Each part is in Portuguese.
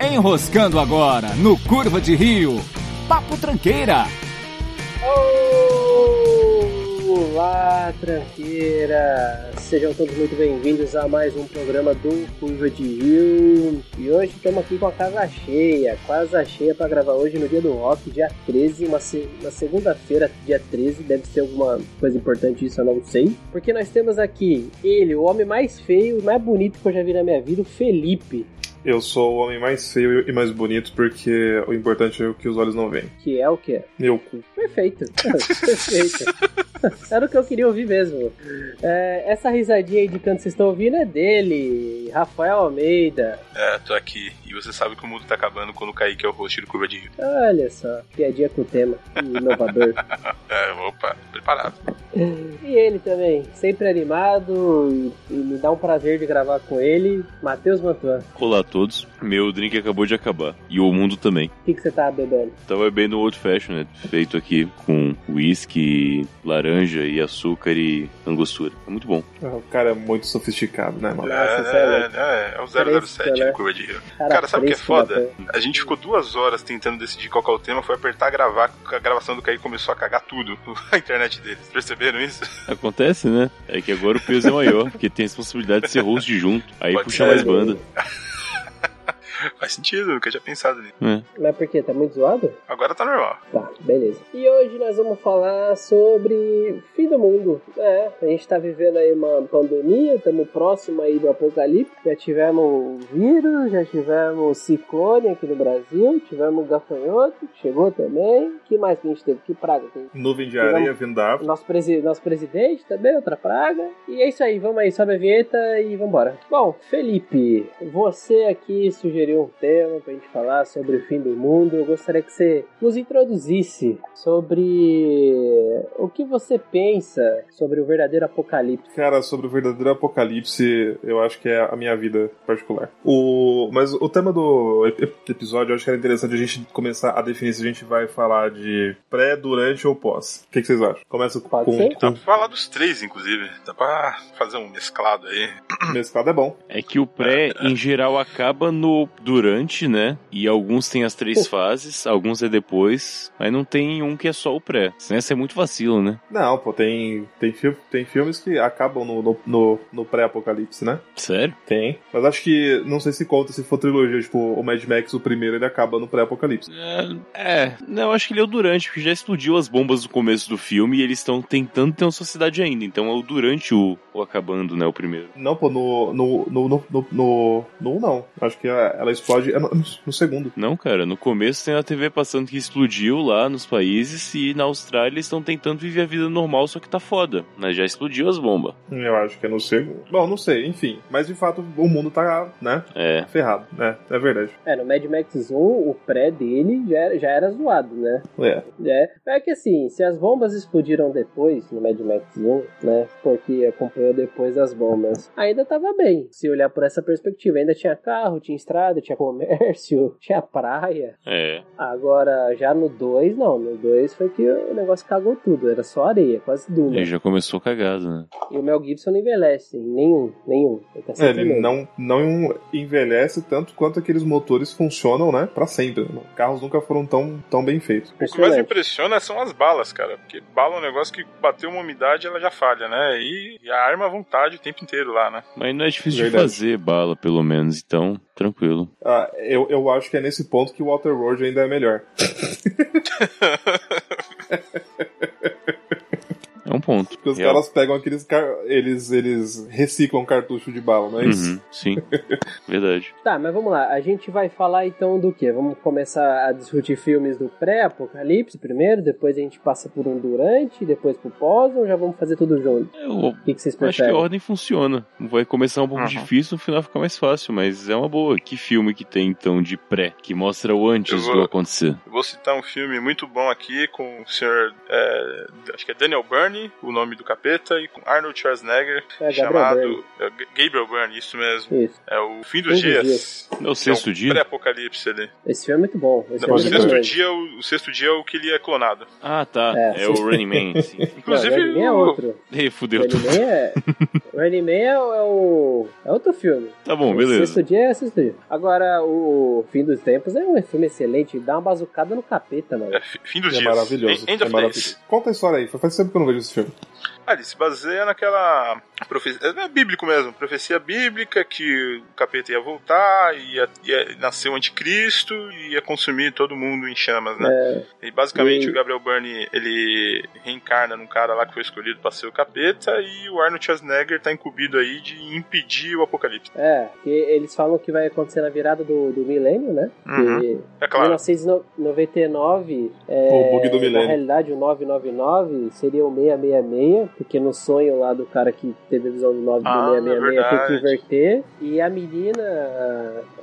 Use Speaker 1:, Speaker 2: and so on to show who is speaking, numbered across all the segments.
Speaker 1: Enroscando agora no Curva de Rio. Papo Tranqueira.
Speaker 2: Olá, tranqueira! Sejam todos muito bem-vindos a mais um programa do Curva de Rio. E hoje estamos aqui com a casa cheia, casa cheia para gravar hoje no dia do rock, dia 13, uma, se- uma segunda-feira, dia 13. Deve ser alguma coisa importante isso, eu não sei. Porque nós temos aqui ele, o homem mais feio e mais bonito que eu já vi na minha vida, o Felipe,
Speaker 3: Eu sou o homem mais feio e mais bonito porque o importante é o que os olhos não veem.
Speaker 2: que é o quê?
Speaker 3: Meu cu.
Speaker 2: Perfeito. Perfeito. Era o que eu queria ouvir mesmo. É, essa risadinha aí de canto que vocês estão ouvindo é dele, Rafael Almeida.
Speaker 4: É, tô aqui. E você sabe que o mundo tá acabando quando o Kaique é o host do Curva de Rio.
Speaker 2: Olha só, piadinha com o tema, inovador.
Speaker 4: É, opa, preparado.
Speaker 2: e ele também, sempre animado e, e me dá um prazer de gravar com ele, Matheus Mantuan.
Speaker 5: Olá a todos, meu drink acabou de acabar e o mundo também.
Speaker 2: O que, que você tá bebendo?
Speaker 5: Tava bebendo old fashioned, feito aqui com whisky, laranja e açúcar e angostura. É muito bom.
Speaker 3: Ah, O cara é muito sofisticado, né, mano?
Speaker 2: Nossa,
Speaker 4: é,
Speaker 2: isso é
Speaker 4: é,
Speaker 2: louco.
Speaker 4: é, é o
Speaker 2: Fresco,
Speaker 4: 007
Speaker 2: né?
Speaker 4: do Curva de Rio. Cara, sabe o que é
Speaker 2: fresco da
Speaker 4: foda?
Speaker 2: porra.
Speaker 4: A gente ficou duas horas tentando decidir qual que é o tema, foi apertar gravar, a gravação do Kaique começou a cagar tudo, a internet deles. Perceberam isso?
Speaker 5: Acontece, né? É que agora o peso é maior, porque tem a responsabilidade de ser host junto. Aí
Speaker 4: Pode
Speaker 5: puxa
Speaker 4: ser.
Speaker 5: mais banda.
Speaker 4: Faz sentido, nunca tinha pensado nisso.
Speaker 5: É.
Speaker 2: Mas por quê? Tá muito zoado?
Speaker 4: Agora tá normal.
Speaker 2: Tá, beleza. E hoje nós vamos falar sobre fim do mundo. É, a gente tá vivendo aí uma pandemia, estamos próximo aí do apocalipse. Já tivemos o vírus, já tivemos ciclone aqui no Brasil, tivemos o gafanhoto, que chegou também. que mais que a gente teve? Que praga? Que...
Speaker 3: Nuvem de areia vindo da
Speaker 2: O
Speaker 3: África.
Speaker 2: Nosso, presi- nosso presidente também, outra praga. E é isso aí, vamos aí, sobe a vinheta e vambora. Bom, Felipe, você aqui sugeriu um tema pra gente falar sobre o fim do mundo. Eu gostaria que você nos introduzisse sobre o que você pensa sobre o verdadeiro apocalipse.
Speaker 3: Cara, sobre o verdadeiro apocalipse, eu acho que é a minha vida particular. O... Mas o tema do ep- episódio, eu acho que era interessante a gente começar a definir se a gente vai falar de pré, durante ou pós. O que, que vocês acham? Começa
Speaker 2: Pode
Speaker 3: com,
Speaker 2: ser?
Speaker 4: Dá
Speaker 3: com...
Speaker 4: pra falar dos três, inclusive. Dá pra fazer um mesclado aí.
Speaker 3: mesclado é bom.
Speaker 5: É que o pré, em geral, acaba no durante, né? E alguns têm as três fases, alguns é depois. Aí não tem um que é só o pré. Senão ia ser muito vacilo, né?
Speaker 3: Não, pô, tem, tem, fil- tem filmes que acabam no- no, no, no pré-apocalipse, né?
Speaker 5: Sério?
Speaker 3: Tem. Mas acho que, não sei se conta se for trilogia, tipo, o Mad Max, o primeiro, ele acaba no pré-apocalipse.
Speaker 5: É, não, acho que ele é o durante, porque já explodiu as bombas no começo do filme e eles estão tentando ter uma sociedade ainda. Então é o durante o, o acabando, né? O primeiro.
Speaker 3: Não, pô, no. No 1 no, no, no, no, no um, não. Acho que ela, ela explode é no, no segundo.
Speaker 5: Não, cara, no começo tem a TV passando que explodiu lá nos países e na Austrália eles estão tentando viver a vida normal, só que tá foda. Mas já explodiu as bombas.
Speaker 3: Eu acho que é no segundo. Bom, não sei, enfim. Mas de fato o mundo tá, né?
Speaker 5: É.
Speaker 3: Ferrado, né? É verdade.
Speaker 2: É, no Mad Max 1, o pré dele já era, já era zoado, né?
Speaker 3: É.
Speaker 2: É, é que assim, se as bombas explodiram depois, no Mad Max 1, né? Porque acompanhou depois das bombas, ainda tava bem. Se olhar por essa perspectiva, ainda tinha carro, tinha estrada, tinha comércio, tinha praia.
Speaker 5: É.
Speaker 2: Agora, já no 2, não. No 2 foi que o negócio cagou tudo. Era só areia, quase duna.
Speaker 5: Ele já começou cagado, né?
Speaker 2: E o Mel Gibson não envelhece. em Nenhum, nenhum. Ele tá sempre
Speaker 3: É, Ele
Speaker 2: novo.
Speaker 3: não, não envelhece tanto quanto aqueles motores funcionam, né? Pra sempre. Carros nunca foram tão, tão bem feitos.
Speaker 4: O que mais me
Speaker 2: Impressionante.
Speaker 4: impressiona são as balas, cara. Porque bala é um negócio que bateu uma umidade ela já falha, né? E, e a arma à vontade o tempo inteiro lá, né?
Speaker 5: Mas não é difícil
Speaker 3: Verdade.
Speaker 5: de fazer bala, pelo menos, então, tranquilo.
Speaker 3: Ah, eu, eu acho que é nesse ponto que o Walter Road ainda é melhor.
Speaker 5: É um ponto.
Speaker 3: Porque os
Speaker 5: Real.
Speaker 3: caras pegam aqueles. car- Eles, eles reciclam cartucho de bala, não é isso?
Speaker 5: Uhum, sim. Verdade.
Speaker 2: Tá, mas vamos lá. A gente vai falar então do quê? Vamos começar a discutir filmes do pré-apocalipse primeiro, depois a gente passa por um durante, depois pro pós, ou já vamos fazer tudo junto?
Speaker 5: Eu
Speaker 2: O que, que vocês
Speaker 5: acho que a
Speaker 2: preferem?
Speaker 5: ordem funciona. Vai começar um pouco
Speaker 4: Uhum.
Speaker 5: difícil, no final fica mais fácil, mas é uma boa. Que filme que tem, então, de pré, que mostra o
Speaker 4: Eu
Speaker 5: antes
Speaker 4: vou-
Speaker 5: do acontecer?
Speaker 4: Eu Vou citar um filme muito bom aqui com o senhor. é, acho que é Daniel Byrne, o nome do capeta e com Arnold Schwarzenegger,
Speaker 2: É, Gabriel
Speaker 4: chamado
Speaker 2: Byrne.
Speaker 4: é, G- Gabriel Byrne, isso mesmo.
Speaker 2: Isso.
Speaker 4: É o fim
Speaker 2: Fim
Speaker 4: dos
Speaker 2: dos
Speaker 4: dias.
Speaker 5: É o sexto
Speaker 4: É um
Speaker 5: dia?
Speaker 4: Pré-apocalipse ali.
Speaker 2: Esse filme é muito bom. Esse
Speaker 4: Não, o
Speaker 2: filme é muito
Speaker 4: sexto
Speaker 2: bom.
Speaker 4: dia, é o, o sexto dia é o que ele é clonado.
Speaker 5: Ah, tá.
Speaker 2: É.
Speaker 5: É, o Running Man. Sim.
Speaker 4: Inclusive,
Speaker 2: Não, Running Man é
Speaker 4: o-
Speaker 2: outro.
Speaker 5: Ei, fudeu
Speaker 2: Running
Speaker 5: tudo.
Speaker 2: Man é... Running Man é, o- é o... É outro filme.
Speaker 5: Tá bom,
Speaker 2: O
Speaker 5: beleza.
Speaker 2: sexto dia é o sexto dia. Agora, o Fim dos Tempos é um filme excelente. Dá uma bazucada no capeta, mano.
Speaker 4: É, fi- fim dos
Speaker 3: É
Speaker 4: dias.
Speaker 3: maravilhoso.
Speaker 4: End
Speaker 3: É
Speaker 4: of days.
Speaker 3: maravilhoso. Conta a história aí, faz tempo que eu não vejo esse filme.
Speaker 4: Ah, ele se baseia naquela profecia, é bíblico mesmo, profecia bíblica que o capeta ia voltar, ia, ia nascer o anticristo e ia consumir todo mundo em chamas, né? E basicamente
Speaker 2: E-
Speaker 4: o Gabriel Byrne, ele reencarna num cara lá que foi escolhido pra ser o capeta e o Arnold Schwarzenegger tá incumbido aí de impedir o apocalipse.
Speaker 2: É, que eles falam que vai acontecer na virada do, do milênio, né?
Speaker 4: Uhum.
Speaker 2: Que
Speaker 4: É claro,
Speaker 2: 1999, é,
Speaker 3: O bug do milênio.
Speaker 2: na realidade o 999 seria o 666, porque no sonho lá do cara que teve a visão do 9
Speaker 4: Ah,
Speaker 2: do 666 tem que
Speaker 4: verdade.
Speaker 2: inverter. E a menina,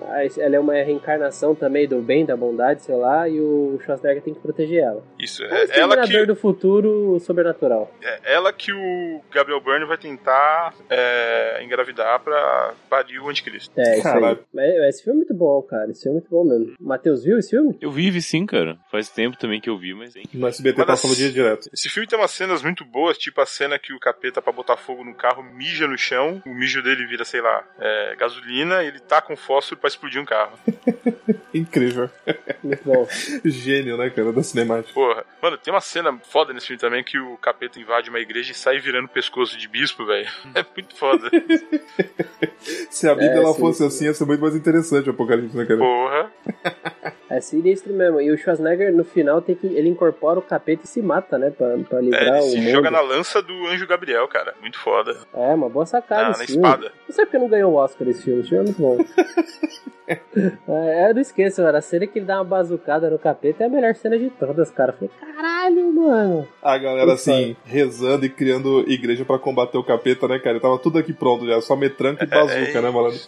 Speaker 2: a- ela é uma reencarnação também do bem, da bondade, sei lá, e o Schwarzenegger tem que proteger ela.
Speaker 4: isso.
Speaker 2: É o
Speaker 4: É ela
Speaker 2: Exterminador
Speaker 4: que,
Speaker 2: do futuro sobrenatural.
Speaker 4: é ela que o Gabriel Byrne vai tentar é, engravidar pra parir o anticristo.
Speaker 2: É, isso aí.
Speaker 3: Caralho.
Speaker 2: Mas, mas esse filme é muito bom, cara. Esse filme é muito bom mesmo. Matheus, viu esse filme?
Speaker 5: Eu vi, vi sim, cara. Faz tempo também que eu vi, mas.
Speaker 3: No SBT
Speaker 4: Mas-
Speaker 3: passava o dia direto.
Speaker 4: Esse filme tem umas cenas muito boas, tipo a cena que o capeta, pra botar fogo no carro, mija no chão, o mijo dele vira, sei lá, é, gasolina, e ele taca um fósforo pra explodir um carro.
Speaker 3: Incrível.
Speaker 2: Muito bom.
Speaker 3: Gênio, né, cara, da cinemática.
Speaker 4: Porra. Mano, tem uma cena foda nesse filme também que o capeta invade uma igreja e sai virando o pescoço de bispo, velho. É muito foda.
Speaker 3: Se a Bíblia
Speaker 2: É,
Speaker 3: ela
Speaker 2: sim,
Speaker 3: fosse
Speaker 2: sim.
Speaker 3: assim, ia ser muito mais interessante o Apocalipse, né, cara?
Speaker 4: Porra.
Speaker 2: É sinistro mesmo. E o Schwarzenegger, no final, tem que, ele incorpora o capeta e se mata, né? Pra, pra
Speaker 4: É,
Speaker 2: livrar
Speaker 4: ele
Speaker 2: o
Speaker 4: se
Speaker 2: mundo.
Speaker 4: joga na lança do anjo Gabriel, cara. Muito foda.
Speaker 2: É, uma boa sacada
Speaker 4: Na,
Speaker 2: esse
Speaker 4: na
Speaker 2: filme.
Speaker 4: espada.
Speaker 2: Não sei porque não ganhou o Oscar esse filme. Esse filme é muito bom. é, eu não esqueço, mano. A cena que ele dá uma bazucada no capeta é a melhor cena de todas, cara. Eu falei, caralho, mano.
Speaker 3: A galera,
Speaker 2: Ufa.
Speaker 3: assim, rezando e criando igreja pra combater o capeta, né, cara? Tava tudo aqui pronto já, só metranca e bazuca,
Speaker 4: é.
Speaker 3: né, malandro?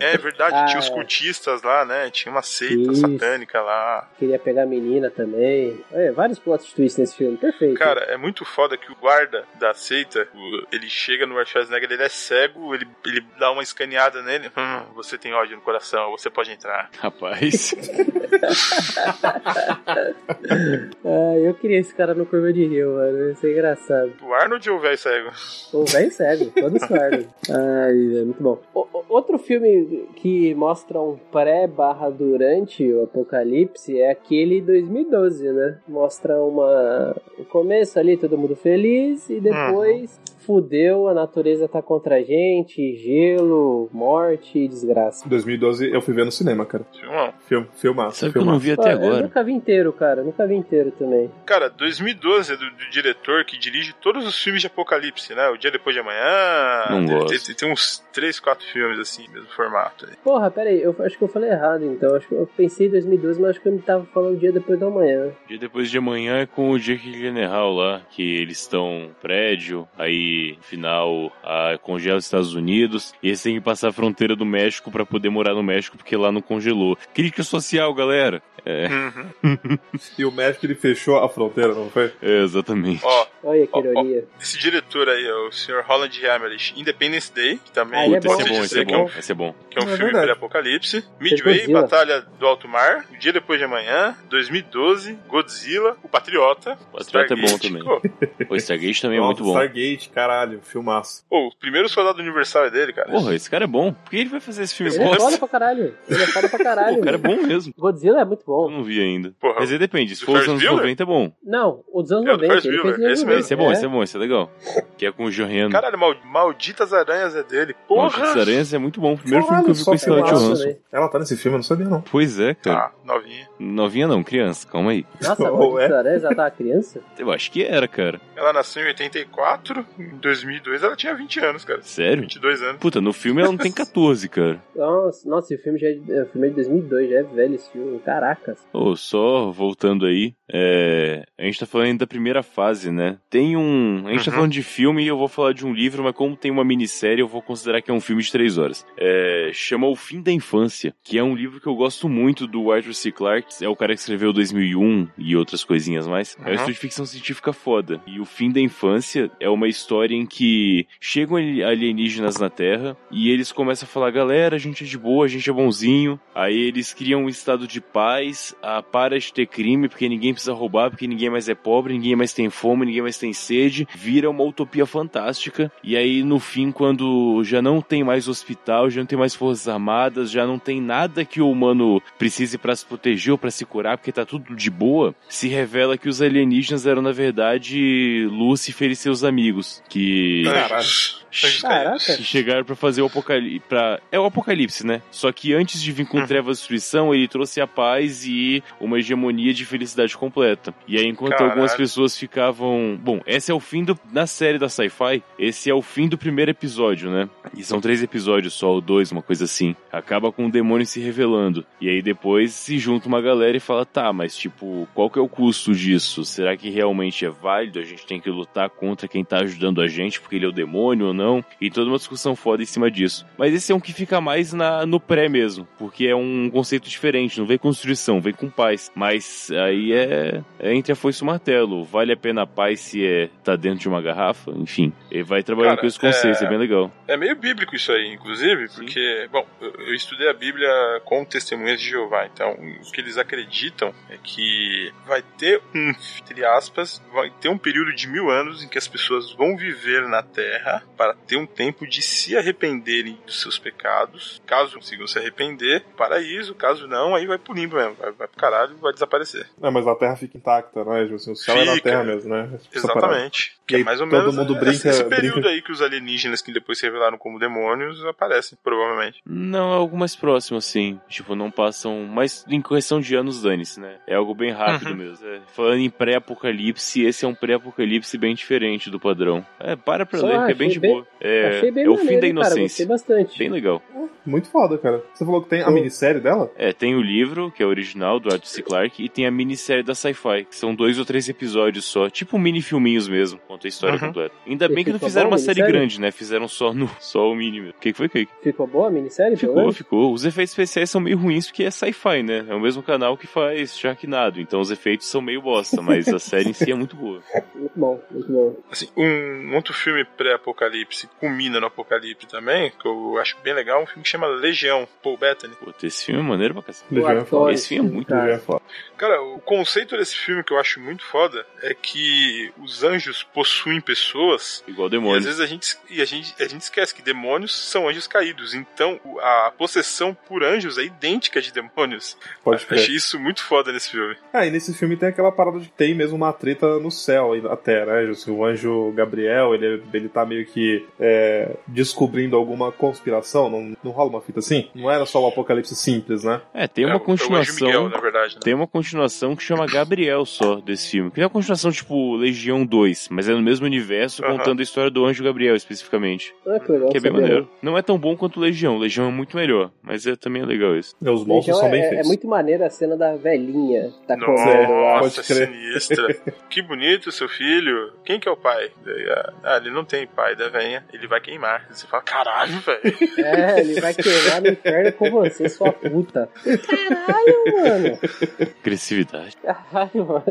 Speaker 4: É verdade,
Speaker 2: Ah,
Speaker 4: tinha os
Speaker 2: é.
Speaker 4: cultistas lá, né? Tinha uma seita
Speaker 2: Isso.
Speaker 4: satânica lá.
Speaker 2: Queria pegar a menina também. É, vários plot twists nesse filme. Perfeito.
Speaker 4: Cara, é muito foda que o guarda da seita, o- ele chega no Arnold Schwarzenegger, ele é cego, ele, ele dá uma escaneada nele. Hum, você tem ódio no coração, você pode entrar.
Speaker 5: Rapaz.
Speaker 2: É, eu queria esse cara no Curva de Rio, mano. Isso é engraçado.
Speaker 4: O Arnold ou o velho cego?
Speaker 2: O velho cego, todos sordos. Ai, é muito bom. O- o- outro filme que mostra um pré barra durante o apocalipse é aquele 2012, né? Mostra uma... O começo ali, todo mundo feliz, e depois... Fudeu, a natureza tá contra a gente, gelo, morte e desgraça.
Speaker 3: 2012 eu fui ver no cinema, cara.
Speaker 4: Filmão.
Speaker 3: Filme, filmaço,
Speaker 5: Sabe que eu não
Speaker 3: filmaço.
Speaker 5: vi
Speaker 2: Ah,
Speaker 5: até
Speaker 2: Eu
Speaker 5: agora?
Speaker 2: nunca vi inteiro, cara, nunca vi inteiro também.
Speaker 4: Cara, 2012 é do, do diretor que dirige todos os filmes de apocalipse, né? O Dia Depois de Amanhã.
Speaker 5: Não
Speaker 4: tem,
Speaker 5: gosto.
Speaker 4: tem- tem uns 3, 4 filmes assim, mesmo formato. aí.
Speaker 2: Porra, pera aí, eu acho que eu falei errado então. Acho que eu pensei em 2012, mas acho que eu me tava falando o dia depois da manhã.
Speaker 5: Dia depois de amanhã é com o Jake General lá, que eles estão no prédio, aí no final ah, congela os Estados Unidos, e eles têm que passar a fronteira do México pra poder morar no México, porque lá não congelou. Crítica social, galera!
Speaker 4: Uhum.
Speaker 3: E o México, ele fechou a fronteira, não foi?
Speaker 5: É, exatamente.
Speaker 4: Ó,
Speaker 2: Olha que
Speaker 4: Ó, ó,
Speaker 2: ironia.
Speaker 4: esse diretor aí, ó, o Sr. Holland Emmerich, Independence Day, que também
Speaker 2: Ah, ele é
Speaker 5: Puta,
Speaker 2: bom.
Speaker 5: esse é
Speaker 4: pode
Speaker 5: bom, esse
Speaker 4: dizer
Speaker 5: é
Speaker 4: que é um
Speaker 5: bom, esse é bom.
Speaker 4: que é um
Speaker 3: É
Speaker 4: filme
Speaker 3: verdade.
Speaker 4: pré-apocalipsia. Midway,
Speaker 2: Godzilla.
Speaker 4: Batalha do Alto Mar, O Dia Depois de Amanhã, 2012, Godzilla, O Patriota.
Speaker 5: O Patriota é bom
Speaker 4: Stargate.
Speaker 5: também.
Speaker 4: Pô,
Speaker 5: O Stargate também é
Speaker 3: Nossa,
Speaker 5: muito bom.
Speaker 3: Stargate, caralho, filmaço.
Speaker 4: pô, o primeiro soldado universal é dele, cara.
Speaker 5: Porra, esse cara é bom. Por que ele vai fazer esse filme
Speaker 2: Ele é
Speaker 5: bosta?
Speaker 2: foda pra caralho. Ele é foda pra caralho.
Speaker 5: Pô, o cara é
Speaker 2: mano.
Speaker 5: bom mesmo.
Speaker 2: Godzilla é muito
Speaker 5: Eu
Speaker 2: bom.
Speaker 5: não vi ainda.
Speaker 4: Porra,
Speaker 5: Mas aí depende, se
Speaker 4: Ah, do
Speaker 5: for os
Speaker 4: Ferris
Speaker 5: anos
Speaker 4: Bueller?
Speaker 5: 90 é bom.
Speaker 2: Não, o dos anos
Speaker 4: É, o do
Speaker 2: 90.
Speaker 4: Ferris
Speaker 2: Ele fez
Speaker 4: Bueller,
Speaker 2: nos
Speaker 4: esse
Speaker 2: anos
Speaker 5: Esse é bom,
Speaker 2: 90,
Speaker 5: esse é bom, esse é legal. Que é com o Johan.
Speaker 4: Caralho, mal- Malditas Aranhas é dele.
Speaker 5: Malditos
Speaker 4: Porra!
Speaker 5: Aranhas é muito bom. Primeiro filme
Speaker 3: Caralho,
Speaker 5: que eu vi
Speaker 3: só
Speaker 5: com esse é Scarlett
Speaker 3: filmaço,
Speaker 5: Johansson.
Speaker 2: né?
Speaker 3: Ela tá nesse filme, eu não sabia, não.
Speaker 5: Pois é, cara.
Speaker 4: Ah, novinha.
Speaker 5: Novinha não, criança, calma aí.
Speaker 2: Nossa,
Speaker 3: Ou
Speaker 2: o
Speaker 3: é?
Speaker 2: Aranha já tá criança?
Speaker 5: Eu acho que era, cara.
Speaker 4: Ela nasceu em 84, em 2002 ela tinha 20 anos, cara.
Speaker 5: Sério?
Speaker 4: 22 anos.
Speaker 5: Puta, no filme ela não tem 14, cara.
Speaker 2: Nossa, nossa, e o filme já é, o filme é de 2002, já é velho esse filme. Caracas.
Speaker 5: Ô, só voltando aí, é, a gente tá falando ainda da primeira fase, né? Tem um. A gente tá
Speaker 4: Uhum.
Speaker 5: falando de filme e eu vou falar de um livro, mas como tem uma minissérie, eu vou considerar que é um filme de três horas. É, chama O Fim da Infância, que é um livro que eu gosto muito do Arthur C. Clarke. É o cara que escreveu 2001 e outras coisinhas mais. É um
Speaker 4: Uhum.
Speaker 5: estudo de ficção científica foda. E O Fim da Infância é uma história em que chegam ali- alienígenas na Terra e eles começam a falar: galera, a gente é de boa, a gente é bonzinho. Aí eles criam um estado de paz, ah, para de ter crime, porque ninguém precisa roubar, porque ninguém mais é pobre, ninguém mais tem fome, ninguém mais tem sede. Vira uma utopia fantástica. E aí, no fim, quando já não tem mais hospital, já não tem mais forças armadas, já não tem nada que o humano precise pra se proteger ou pra se curar, porque tá tudo de boa, se revela que os alienígenas eram, na verdade, Lúcifer e seus amigos. Que.
Speaker 4: É, Anjos. Anjos caídos.
Speaker 2: Caraca.
Speaker 5: Que chegaram pra fazer o apocalipse. Pra... É o apocalipse, né? Só que antes de vir com
Speaker 4: Hum.
Speaker 5: trevas e destruição, ele trouxe a paz e uma hegemonia de felicidade completa. E aí, enquanto
Speaker 4: Caralho.
Speaker 5: algumas pessoas ficavam. Bom, esse é o fim do. Na série da sci-fi, esse é o fim do primeiro episódio, né? E são três episódios só, ou dois, uma coisa assim. Acaba com o demônio se revelando. E aí depois se junta uma galera e fala: tá, mas tipo, qual que é o custo disso? Será que realmente é válido? A gente tem que lutar contra quem tá ajudando a gente, porque ele é o demônio ou não? E toda uma discussão foda em cima disso. Mas esse é um que fica mais na, no pré mesmo, porque é um conceito diferente, não vem com destruição, vem com paz. Mas aí é, é entre a foice e o martelo. Vale a pena a paz se é, tá dentro de uma garrafa? Enfim, ele vai trabalhando
Speaker 4: Cara,
Speaker 5: com esse conceito,
Speaker 4: é-
Speaker 5: é bem legal.
Speaker 4: É meio bíblico isso aí, inclusive,
Speaker 5: Sim.
Speaker 4: porque, bom, eu eu estudei a Bíblia com testemunhas de Jeová, então o que eles acreditam é que vai ter um, entre aspas, vai ter um período de mil anos em que as pessoas vão viver na Terra para ter um tempo de se arrependerem dos seus pecados, caso consigam se arrepender, paraíso, caso não, aí vai pro limbo mesmo, vai, vai pro caralho, vai desaparecer.
Speaker 3: É, mas a terra fica intacta, né? Tipo assim, o céu é na
Speaker 4: Fica.
Speaker 3: terra mesmo, né? Essa parada.
Speaker 4: Exatamente. Que
Speaker 3: E
Speaker 4: é
Speaker 3: aí
Speaker 4: mais ou
Speaker 3: todo
Speaker 4: menos
Speaker 3: mundo
Speaker 4: esse-
Speaker 3: brinca-
Speaker 4: esse
Speaker 3: brinca-
Speaker 4: período aí que os alienígenas que depois se revelaram como demônios aparecem, provavelmente.
Speaker 5: Não, é algo mais próximo, assim. Tipo, não passam. Mas em correção de anos, dane-se, né? É algo bem rápido
Speaker 4: Uhum.
Speaker 5: mesmo. É, Falando em pré-apocalipse, esse é um pré-apocalipse bem diferente do padrão. É, para pra
Speaker 2: Só
Speaker 5: ler, que é
Speaker 2: achei
Speaker 5: bem de
Speaker 2: bem-
Speaker 5: boa. É,
Speaker 2: Achei bem
Speaker 5: é o
Speaker 2: maneiro,
Speaker 5: fim da
Speaker 2: hein, Cara,
Speaker 5: inocência.
Speaker 2: gostei bastante.
Speaker 5: Bem legal.
Speaker 3: É, Muito foda, cara. Você falou que tem a
Speaker 2: Eu-
Speaker 3: minissérie dela?
Speaker 5: É, tem o livro, que é original, do Arthur C. Clarke, e tem a minissérie da Sci-Fi, que são dois ou três episódios só, tipo mini filminhos mesmo, conta a história
Speaker 4: Uhum.
Speaker 5: completa. Ainda
Speaker 2: E
Speaker 5: bem que não
Speaker 2: ficou
Speaker 5: fizeram
Speaker 2: tá bom a
Speaker 5: uma série
Speaker 2: minissérie?
Speaker 5: grande, né? Fizeram só no só o mínimo. O que, que foi, Kaique?
Speaker 2: Ficou boa a minissérie? pelo
Speaker 5: Ficou,
Speaker 2: menos?
Speaker 5: ficou. Os efeitos especiais são meio ruins porque é sci-fi, né? É o mesmo canal que faz Sharknado, então os efeitos são meio bosta, mas a série em si é muito boa.
Speaker 2: Muito bom, muito bom.
Speaker 4: Assim, um outro filme pré-apocalipse, culmina no apocalipse também, que eu acho bem legal, é um filme que chama Legião, Paul Bettany.
Speaker 5: Puta, esse filme é maneiro pra cacete.
Speaker 3: Legião é foda.
Speaker 2: ator,
Speaker 5: Esse filme é muito
Speaker 2: cara.
Speaker 3: Legião é foda.
Speaker 4: Cara, o conceito desse filme que eu acho muito foda é que os anjos possuem pessoas
Speaker 5: Igual
Speaker 4: e às
Speaker 5: demônio.
Speaker 4: vezes a gente, e a gente, a gente esquece que demônios são anjos caídos, então o- a possessão por anjos é idêntica de demônios.
Speaker 3: Pode crer.
Speaker 4: Achei isso muito foda nesse filme.
Speaker 3: Ah, e nesse filme tem aquela parada de que tem mesmo uma treta no céu e na terra, né? Assim, o anjo Gabriel, ele, ele tá meio que é, descobrindo alguma conspiração, não, não rola uma fita assim? Não era só o apocalipse simples, né?
Speaker 5: É, tem
Speaker 4: É,
Speaker 5: uma
Speaker 4: o- É o anjo
Speaker 5: continuação.
Speaker 4: Miguel, na verdade. Né?
Speaker 5: Tem uma continuação que chama Gabriel só desse filme. Que é uma continuação tipo Legião 2, mas é no mesmo universo
Speaker 4: Aham.
Speaker 5: contando a história do anjo Gabriel especificamente.
Speaker 2: Ah, que legal.
Speaker 5: que é bem
Speaker 2: saber, né?
Speaker 5: maneiro. Não é tão bom quanto Legião. Legião é muito melhor, mas é também é legal isso.
Speaker 3: E Os monstros
Speaker 2: Legião
Speaker 3: são
Speaker 2: é,
Speaker 3: bem
Speaker 2: é
Speaker 3: feitos.
Speaker 2: muito maneiro a cena da velhinha tá comendo lá.
Speaker 4: Nossa,
Speaker 3: Pode crer.
Speaker 4: sinistra. Que bonito, seu filho. Quem que é o pai? Daí, ah, Ah, ele não tem pai, da venha. Ele vai queimar. Você fala, caralho, velho.
Speaker 2: É, ele vai queimar no inferno com você, sua puta. Caralho, mano.
Speaker 5: Agressividade.
Speaker 2: Caralho, mano.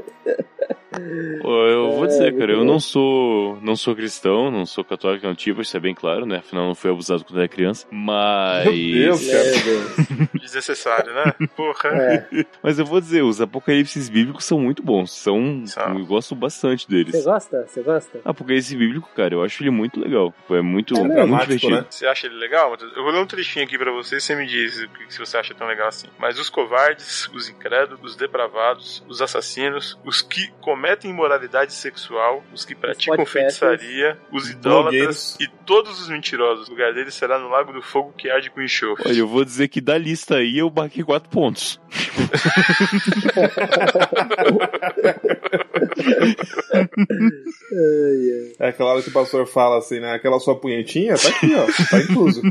Speaker 5: Pô, eu vou
Speaker 2: É,
Speaker 5: dizer,
Speaker 2: muito
Speaker 5: cara, eu
Speaker 2: bom.
Speaker 5: não sou, não sou cristão, não sou católico antigo, isso é bem claro, né? Afinal, não fui abusado quando era criança. Mas.
Speaker 3: Meu Deus, cara.
Speaker 2: Meu Deus.
Speaker 4: Desnecessário, né? Porra.
Speaker 2: É.
Speaker 5: Mas eu vou dizer, os apocalipses bíblicos são muito bons. São.
Speaker 4: São.
Speaker 5: Eu gosto bastante
Speaker 2: Você
Speaker 5: deles.
Speaker 2: gosta? Você gosta?
Speaker 5: Apocalipse bíblico, cara, eu acho ele muito legal. É muito,
Speaker 2: É
Speaker 5: muito
Speaker 3: dramático,
Speaker 5: divertido.
Speaker 3: né?
Speaker 4: Você acha ele legal? Matheus? Eu vou ler um trechinho aqui pra você e você me diz o que- se você acha tão legal assim. Mas os covardes, os incrédulos, os depravados, os assassinos, os que cometem cometem imoralidade sexual, os que praticam
Speaker 2: podcasters.
Speaker 4: feitiçaria, os idólatras e todos os mentirosos. O lugar deles será no lago do fogo que arde com enxofre.
Speaker 5: Olha, eu vou dizer que da lista aí eu marquei quatro pontos.
Speaker 3: É aquela hora que o pastor fala assim, né? Aquela sua punhetinha tá aqui, ó. Tá incluso.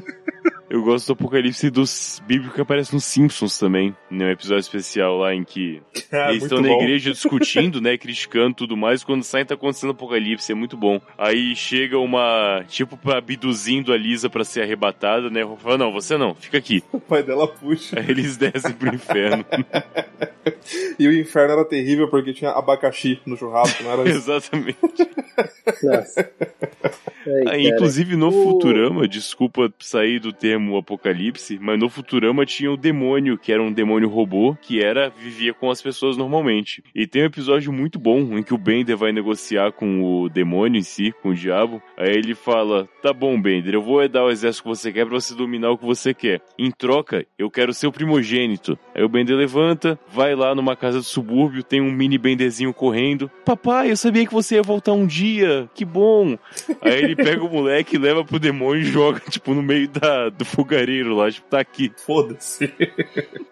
Speaker 5: Eu gosto do apocalipse dos bíblicos que aparece nos Simpsons também, num episódio especial lá em que
Speaker 3: Ah,
Speaker 5: eles estão na igreja discutindo, né, criticando tudo mais, quando sai tá acontecendo apocalipse, é muito bom. Aí chega uma, tipo, abduzindo a Lisa pra ser arrebatada, né, fala, não, você não, fica aqui.
Speaker 3: O pai dela puxa.
Speaker 5: Aí eles descem pro inferno.
Speaker 3: E o inferno era terrível porque tinha abacaxi no churrasco, não era isso?
Speaker 5: Exatamente.
Speaker 2: Nossa.
Speaker 5: Ah,
Speaker 2: Ai, cara. Uh.
Speaker 5: inclusive no
Speaker 2: O-
Speaker 5: Futurama, desculpa sair do termo apocalipse, mas no Futurama tinha o demônio, que era um demônio robô, que era vivia com as pessoas normalmente. E tem um episódio muito bom em que o Bender vai negociar com o demônio em si, com o diabo. Aí ele fala: "Tá bom, Bender, eu vou dar o exército que você quer pra você dominar o que você quer. Em troca, eu quero ser o primogênito". Aí o Bender levanta, vai lá numa casa do subúrbio, tem um mini Benderzinho correndo. "Papai, eu sabia que você ia voltar um dia. Que bom". Aí ele pega o moleque, leva pro demônio e joga, tipo, no meio da, do fogareiro lá, tipo, tá aqui.
Speaker 3: Foda-se.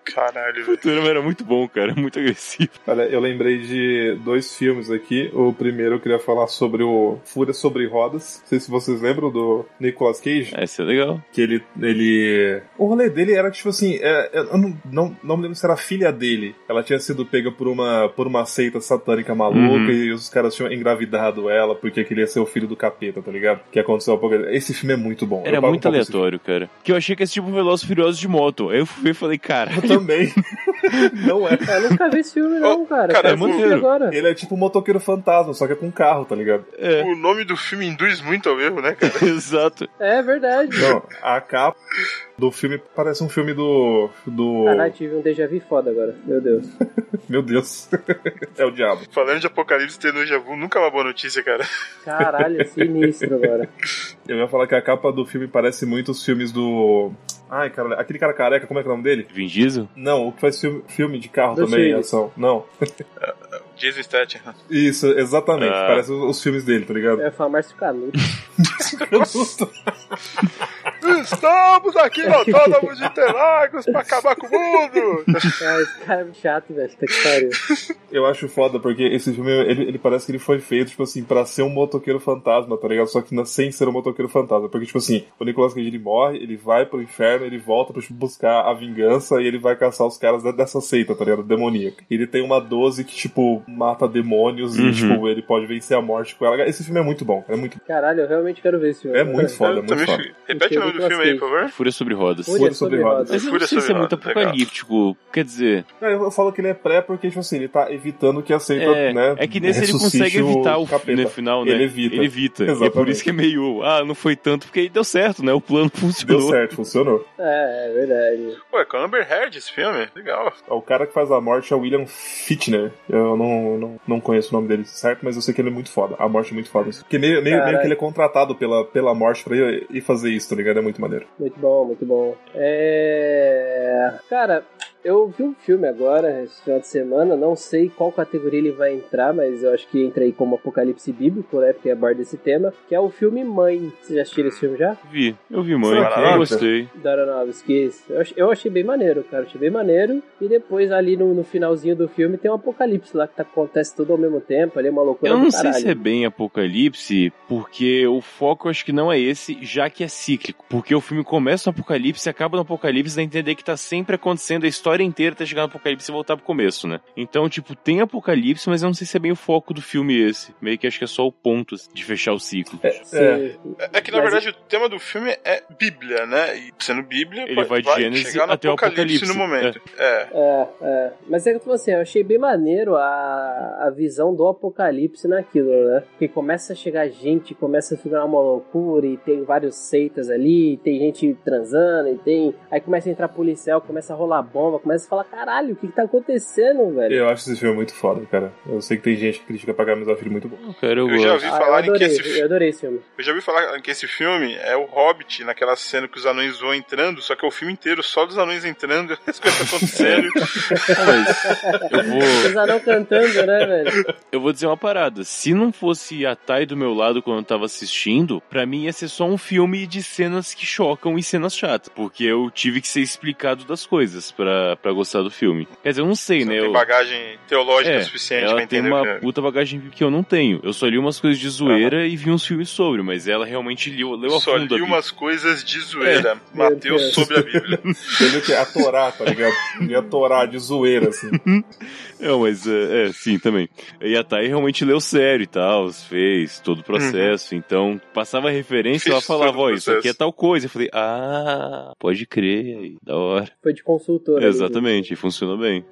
Speaker 4: Caralho, velho.
Speaker 5: O Turma era muito bom, cara, muito agressivo.
Speaker 3: Olha, eu lembrei de dois filmes aqui. O primeiro eu queria falar sobre o Fúria sobre Rodas. Não sei se vocês lembram do Nicolas Cage.
Speaker 5: Ah, Isso é legal.
Speaker 3: Que ele. ele... O rolê dele era tipo assim. é, eu não, não, não me lembro se era a filha dele. Ela tinha sido pega por uma, por uma seita satânica maluca
Speaker 5: Uhum.
Speaker 3: e os caras tinham engravidado ela porque queria ser o filho do capeta, tá ligado? Que aconteceu há pouco. Esse filme é muito bom.
Speaker 5: Era
Speaker 3: Eu paro
Speaker 5: muito
Speaker 3: um pouco esse
Speaker 5: aleatório, cara. Que eu achei que esse tipo um Veloz Furioso de moto. Aí eu fui e falei, cara,
Speaker 3: filme. assim. Eu também. não é.
Speaker 2: Eu nunca vi esse filme, não, cara.
Speaker 4: cara,
Speaker 2: Eu
Speaker 5: é
Speaker 2: assisti
Speaker 5: maneiro.
Speaker 2: agora.
Speaker 3: Ele é tipo um motoqueiro fantasma, só que é com carro, tá ligado?
Speaker 5: é,
Speaker 4: O nome do filme induz muito ao erro, né, cara?
Speaker 5: exato.
Speaker 2: É verdade.
Speaker 3: Não, a capa do filme parece um filme do. do.
Speaker 2: Caralho, tive um déjà vu foda agora. Meu Deus.
Speaker 3: Meu Deus. é o diabo.
Speaker 4: Falando de apocalipse, ter no Javu nunca é uma boa notícia, cara.
Speaker 2: Caralho, é sinistro agora.
Speaker 3: Eu ia falar que a capa do filme parece muito os filmes do. Ai, cara, aquele cara careca, como é que é o nome dele?
Speaker 5: Vin Diesel?
Speaker 3: Não, o que faz filme, filme de carro
Speaker 2: Bruce
Speaker 3: também,
Speaker 2: Willis.
Speaker 3: ação. Não.
Speaker 4: Jason Statham.
Speaker 3: Isso, exatamente.
Speaker 5: Ah.
Speaker 3: Parece os, os filmes dele, tá ligado?
Speaker 2: Eu ia falar Márcio Canuto.
Speaker 4: Estamos aqui no Autódromo de Interlagos pra acabar com o mundo!
Speaker 2: Ah, esse cara é muito chato, velho. Tá que pariu.
Speaker 3: Eu acho foda, porque esse filme, ele, ele parece que ele foi feito, tipo assim, pra ser um motoqueiro fantasma, tá ligado? Só que na- sem ser um motoqueiro fantasma. Porque, tipo assim, o Nicolas Cage, ele morre, ele vai pro inferno, ele volta pra tipo, buscar a vingança e ele vai caçar os caras da- dessa seita, tá ligado? Demoníaca. Ele tem uma 12 que, tipo, mata demônios
Speaker 5: Uhum.
Speaker 3: e, tipo, ele pode vencer a morte com ela. Esse filme é muito bom, é muito,
Speaker 2: Caralho, eu realmente quero ver esse filme.
Speaker 3: é muito foda,
Speaker 4: Eu
Speaker 3: é muito
Speaker 4: também
Speaker 3: foda.
Speaker 4: fiquei- Repete o nome do filme aí, por favor.
Speaker 5: Fúria sobre rodas.
Speaker 2: Fúria
Speaker 3: Fúria
Speaker 2: sobre
Speaker 3: sobre rodas.
Speaker 2: rodas.
Speaker 5: Mas eu não
Speaker 4: Fúria
Speaker 5: sei se é
Speaker 4: sobre
Speaker 5: muito
Speaker 4: rodas, legal.
Speaker 5: apocalíptico. Quer dizer,
Speaker 3: Cara, Eu, eu falo que ele é pré porque, tipo assim, ele tá evitando que a seita,
Speaker 5: é,
Speaker 3: né?
Speaker 5: é que nesse ele
Speaker 3: ressuscite
Speaker 5: consegue evitar o,
Speaker 3: capeta.
Speaker 5: no final, né?
Speaker 3: Ele evita.
Speaker 5: Ele evita. E é por
Speaker 3: Exatamente.
Speaker 5: isso que é meio, ah, não foi tanto, porque aí deu certo, né? O plano
Speaker 3: Deu
Speaker 5: funcionou.
Speaker 3: certo, funcionou.
Speaker 2: É, é verdade.
Speaker 4: Pô, é com a Amber Heard esse filme? Legal.
Speaker 3: O cara que faz a morte é o William Fichtner. Eu não, não, não conheço o nome dele certo, mas eu sei que ele é muito foda. A morte é muito foda. Porque meio, meio,
Speaker 2: Caralho.
Speaker 3: meio que ele é contratado pela, pela morte pra ir, ir fazer isso, tá ligado? É muito maneiro.
Speaker 2: Muito bom, muito bom. É. Cara, eu vi um filme agora, esse final de semana. Não sei qual categoria ele vai entrar, mas eu acho que entra aí como Apocalipse Bíblico, né? Porque aborda esse tema. Que é o filme Mãe. Vocês já assistiram esse filme já?
Speaker 5: Vi, eu vi, mãe.
Speaker 3: Será é?
Speaker 4: que
Speaker 5: Eu
Speaker 4: entra?
Speaker 5: gostei.
Speaker 2: Daronovski. Eu, ach- eu achei bem maneiro, cara. Achei bem maneiro. E depois, ali no, no finalzinho do filme, tem um apocalipse lá que tá, acontece tudo ao mesmo tempo. Ali é uma loucura
Speaker 5: Eu não
Speaker 2: do
Speaker 5: sei
Speaker 2: caralho.
Speaker 5: se é bem apocalipse, porque o foco eu acho que não é esse, já que é cíclico. Porque o filme começa no apocalipse, acaba no apocalipse, dá a entender que tá sempre acontecendo a história inteira até chegar no apocalipse e voltar pro começo, né? Então, tipo, tem apocalipse, mas eu não sei se é bem o foco do filme esse. Meio que acho que é só o ponto de fechar o ciclo.
Speaker 3: É,
Speaker 2: Sim.
Speaker 4: É que na
Speaker 2: Mas-
Speaker 4: verdade o tema do filme é Bíblia, né? E sendo Bíblia,
Speaker 5: Ele
Speaker 4: pode-
Speaker 5: vai de Gênesis
Speaker 4: chegar no
Speaker 5: até o Apocalipse.
Speaker 4: no momento. É.
Speaker 2: É, é. Mas é que, tipo assim, eu achei bem maneiro a, a visão do apocalipse naquilo, né? Porque começa a chegar gente, começa a ficar uma loucura, e tem vários seitas ali, e tem gente transando, e tem. Aí começa a entrar policial, começa a rolar bomba, começa a falar, caralho, o que, que tá acontecendo, velho?
Speaker 3: Eu acho esse filme muito foda, cara. Eu sei que tem gente que critica pra caralho, mas eu acho ele muito bom.
Speaker 5: Não, cara,
Speaker 4: Eu
Speaker 5: eu, gosto.
Speaker 4: já vi
Speaker 2: Ah, eu,
Speaker 4: falar em que
Speaker 2: adorei,
Speaker 4: esse
Speaker 2: eu adorei esse filme.
Speaker 4: Eu já ouvi falar que esse filme é o Hobbit, naquela cena que os anões vão entrando, só que é o filme inteiro só dos anões entrando, as coisas acontecendo.
Speaker 5: Eu vou,
Speaker 2: Os anão cantando, né, velho?
Speaker 5: eu vou dizer uma parada. Se não fosse a Thay do meu lado quando eu tava assistindo, pra mim ia ser só um filme de cenas que chocam e cenas chatas. Porque eu tive que ser explicado das coisas pra, pra gostar do filme. Quer dizer, eu não sei,
Speaker 4: Não
Speaker 5: né?
Speaker 4: tem
Speaker 5: eu-
Speaker 4: bagagem teológica
Speaker 5: É,
Speaker 4: suficiente pra
Speaker 5: ela tem
Speaker 4: entender
Speaker 5: uma
Speaker 4: o que é.
Speaker 5: puta bagagem que eu não tenho. Eu só li umas coisas de zoeira e vi uns filmes sobre, mas ela realmente leu, leu
Speaker 4: é.
Speaker 5: a
Speaker 4: Só
Speaker 5: fundo. a
Speaker 4: li
Speaker 5: Bíblia.
Speaker 4: umas coisas de zoeira. Mateus
Speaker 2: Deus.
Speaker 4: sobre a Bíblia.
Speaker 3: Entendeu que é a Torá, tá ligado? E a Torá de zoeira, assim.
Speaker 5: Não, mas é, é, sim, também. E a Thay realmente leu sério e tal, fez todo o processo, então passava referência,
Speaker 4: Fez
Speaker 5: ela falava,
Speaker 4: todo o
Speaker 5: ó, isso
Speaker 4: processo."
Speaker 5: aqui é tal coisa. Eu falei, ah, pode crer, aí, da hora.
Speaker 2: Foi de consultor. né? ali,
Speaker 5: Exatamente, e funcionou bem.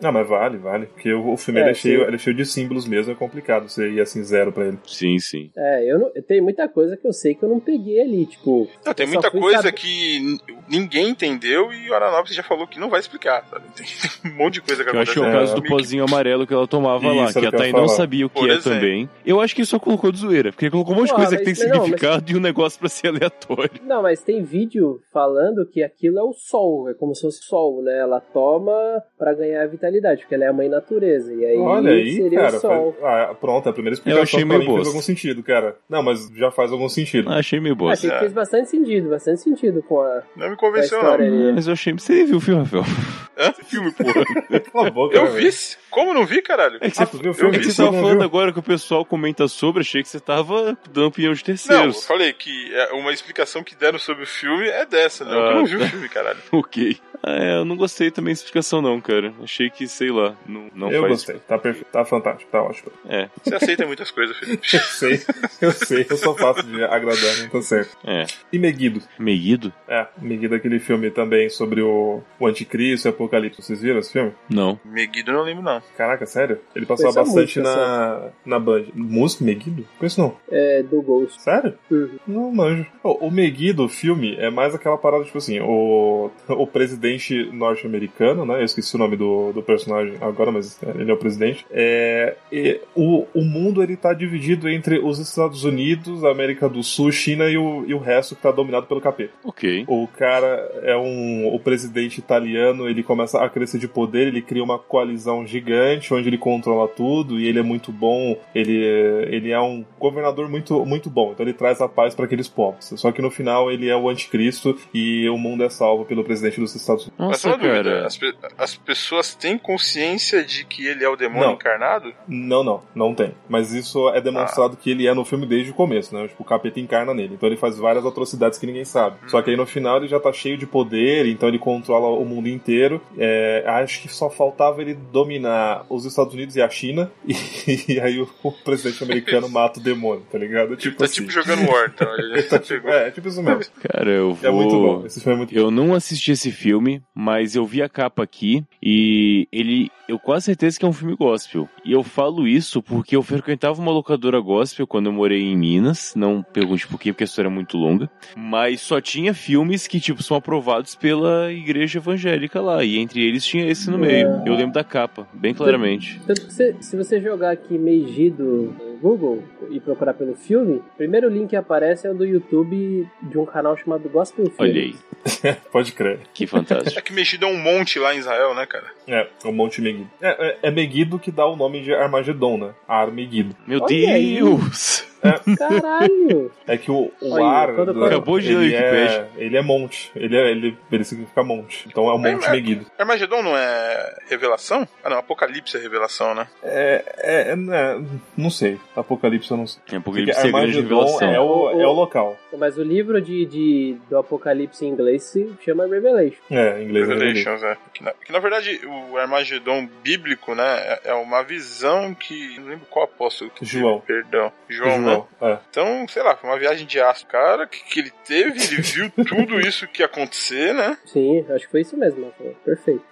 Speaker 3: Não, mas vale, vale. Porque o o filme
Speaker 2: É,
Speaker 3: ele é, cheio,
Speaker 2: sim.
Speaker 3: ele é cheio de símbolos mesmo, é complicado você ir assim zero pra ele.
Speaker 5: Sim, sim.
Speaker 2: É, eu não, tem muita coisa que eu sei que eu não peguei ali, tipo.
Speaker 4: Não, tem
Speaker 2: eu só
Speaker 4: muita
Speaker 2: fui
Speaker 4: coisa
Speaker 2: saber-
Speaker 4: que n- ninguém entendeu e o Aranopes já falou que não vai explicar, sabe? Tem um monte de coisa que
Speaker 5: Eu acho que é o
Speaker 3: É,
Speaker 5: caso do
Speaker 4: Meio que-
Speaker 5: pozinho amarelo que ela tomava
Speaker 3: Isso,
Speaker 5: lá, que
Speaker 3: era o
Speaker 5: a
Speaker 3: que eu
Speaker 5: Thay
Speaker 3: ia
Speaker 5: não
Speaker 3: falar.
Speaker 5: sabia o que
Speaker 4: Por
Speaker 5: é
Speaker 4: exemplo.
Speaker 5: também. Eu acho que ele só colocou de zoeira, porque ele colocou um monte de
Speaker 2: Porra,
Speaker 5: coisa que tem
Speaker 2: mas não, mas-
Speaker 5: significado e um negócio pra ser aleatório.
Speaker 2: Não, mas tem vídeo falando que aquilo é o sol, é como se fosse sol, né? Ela toma pra ganhar a vitalidade, porque ela é a mãe natureza. É, E aí,
Speaker 3: Olha aí,
Speaker 2: seria
Speaker 3: cara.
Speaker 2: o sol.
Speaker 3: faz- Ah, pronto, a primeira
Speaker 5: Eu achei
Speaker 3: explicação pra
Speaker 5: meio
Speaker 3: mim fez
Speaker 5: bosta.
Speaker 3: algum sentido, cara. Não, mas já faz algum sentido.
Speaker 5: Ah, achei meio bosta.
Speaker 2: Achei que fez bastante sentido, bastante sentido com a,
Speaker 4: Não me
Speaker 2: com a
Speaker 4: convenceu, não.
Speaker 2: história ali.
Speaker 5: Mas eu achei. Você viu o filme, Rafael?
Speaker 4: Hã? Filme, porra.
Speaker 3: Cala a boca,
Speaker 4: Eu
Speaker 3: velho.
Speaker 4: vi. esse. Como não vi, caralho?
Speaker 5: É que você
Speaker 3: Ah, tu viu o filme?
Speaker 5: É que
Speaker 3: Isso
Speaker 5: você tava
Speaker 3: não
Speaker 5: falando
Speaker 3: viu?
Speaker 5: agora que o pessoal comenta sobre, achei que você tava dando opinião de
Speaker 4: Não, eu
Speaker 5: terceiros.
Speaker 4: falei que é, uma explicação que deram sobre o filme é dessa, né?
Speaker 5: Ah,
Speaker 4: eu não vi
Speaker 5: tá.
Speaker 4: o filme, caralho.
Speaker 5: Ok. Ah, é, eu não gostei também da explicação, não, cara. Achei que, sei lá, não, não
Speaker 3: Eu
Speaker 5: faz.
Speaker 3: gostei. Tá perfeito. Tá fantástico. Tá ótimo.
Speaker 5: É,
Speaker 4: Você aceita muitas coisas, Felipe.
Speaker 3: Eu sei. Eu sei. Eu só faço de agradar, não tá certo.
Speaker 5: é.
Speaker 3: E Meguido.
Speaker 5: Meguido?
Speaker 3: É, Meguido é aquele filme também sobre o, o anticristo e o apocalipse. Vocês viram esse filme?
Speaker 5: Não.
Speaker 4: Meguido eu não lembro, não.
Speaker 3: Caraca, sério? Ele passava
Speaker 2: Conheço a
Speaker 3: bastante
Speaker 2: música,
Speaker 3: na, na Band. Música Meguido? Conheço não.
Speaker 2: É, do Ghost.
Speaker 3: Sério?
Speaker 2: Uhum.
Speaker 3: Não manjo. Pô, o Meguido, o filme, é mais aquela parada, tipo assim, o, o presidente norte-americano, né? Eu esqueci o nome do, do personagem agora, mas é, ele é o presidente. É, e o, o mundo, ele tá dividido entre os Estados Unidos, a América do Sul, China e o, e o resto que tá dominado pelo capeta.
Speaker 5: Ok.
Speaker 3: O cara é um. O presidente italiano, ele começa a crescer de poder, ele cria uma coalizão gigante onde ele controla tudo e ele é muito bom. Ele, ele é um governador muito, muito bom, então ele traz a paz para aqueles povos. Só que no final ele é o anticristo e o mundo é salvo pelo presidente dos Estados Unidos.
Speaker 4: Mas
Speaker 5: Nossa,
Speaker 4: uma dúvida,
Speaker 5: cara.
Speaker 4: as, pe- as pessoas têm consciência de que ele é o demônio
Speaker 3: Não.
Speaker 4: encarnado?
Speaker 3: Não, não, não tem. Mas isso é demonstrado
Speaker 4: Ah.
Speaker 3: que ele é no filme desde o começo, né? Tipo, o capeta encarna nele. Então ele faz várias atrocidades que ninguém sabe.
Speaker 4: Hum.
Speaker 3: Só que aí no final ele já tá cheio de poder, então ele controla o mundo inteiro. É, acho que só faltava ele dominar os Estados Unidos e a China. E, aí o, o presidente americano mata o demônio, tá ligado? Tipo
Speaker 4: Tá
Speaker 3: assim.
Speaker 4: tipo jogando War, então. Ele
Speaker 3: Tá
Speaker 4: já
Speaker 3: tipo-
Speaker 4: pegou.
Speaker 3: é, é tipo isso mesmo.
Speaker 5: Cara, eu vou.
Speaker 3: É muito bom. Esse filme é muito
Speaker 5: Eu não assisti esse filme, mas eu vi a capa aqui e ele. Eu quase certeza que é um filme gospel. E eu falo isso porque eu frequentava uma locadora gospel quando eu morei em Minas. Não pergunte por quê, porque a história é muito longa. Mas só tinha filmes que, tipo, são aprovados pela igreja evangélica lá. E entre eles tinha esse no meio.
Speaker 3: É.
Speaker 5: Eu lembro da capa, bem claramente.
Speaker 2: Tanto que você- se você jogar aqui Megido no Google e procurar pelo filme, o primeiro link que aparece é o do YouTube de um canal chamado Gospel Films.
Speaker 5: Olha aí,
Speaker 3: bom. Pode crer.
Speaker 5: que fantástico.
Speaker 4: É que Megido é um monte lá em Israel, né, cara?
Speaker 3: É, o Monte Meguido. É, é, é Meguido que dá o nome de Armagedon, né? Armeguido.
Speaker 5: Meu
Speaker 2: Olha aí.
Speaker 5: Deus!
Speaker 2: Caralho!
Speaker 3: É que o, o
Speaker 2: Olha,
Speaker 3: ar.
Speaker 2: quando-
Speaker 3: do-
Speaker 5: Acabou de ler
Speaker 3: ele
Speaker 5: a
Speaker 3: é, ele é monte. Ele, é, ele, ele significa monte. Então é o
Speaker 4: Bem,
Speaker 3: Monte
Speaker 4: é-
Speaker 3: Meguido.
Speaker 4: Armagedon não é revelação? Ah, não, Apocalipse é revelação, né?
Speaker 3: É, é, é, né, Não sei. Apocalipse eu não sei.
Speaker 5: É um pouquinho
Speaker 3: Porque
Speaker 5: de ser grande
Speaker 3: Armagedon
Speaker 5: revelação.
Speaker 3: é o, é o local.
Speaker 2: Mas o livro de, de- do Apocalipse em inglês se chama Revelation.
Speaker 3: É, em inglês é Revelation.
Speaker 4: Revelations, é. Que na, que na verdade o Armagedon bíblico, né, é, é uma visão que. Não lembro qual apóstolo que teve,
Speaker 3: João.
Speaker 4: perdão. João, né?
Speaker 3: não. É.
Speaker 4: Então, sei lá, foi uma viagem de aço, cara, que, que ele teve, ele viu tudo isso que ia acontecer, né?
Speaker 2: Sim, acho que foi isso mesmo, Rafael. Perfeito.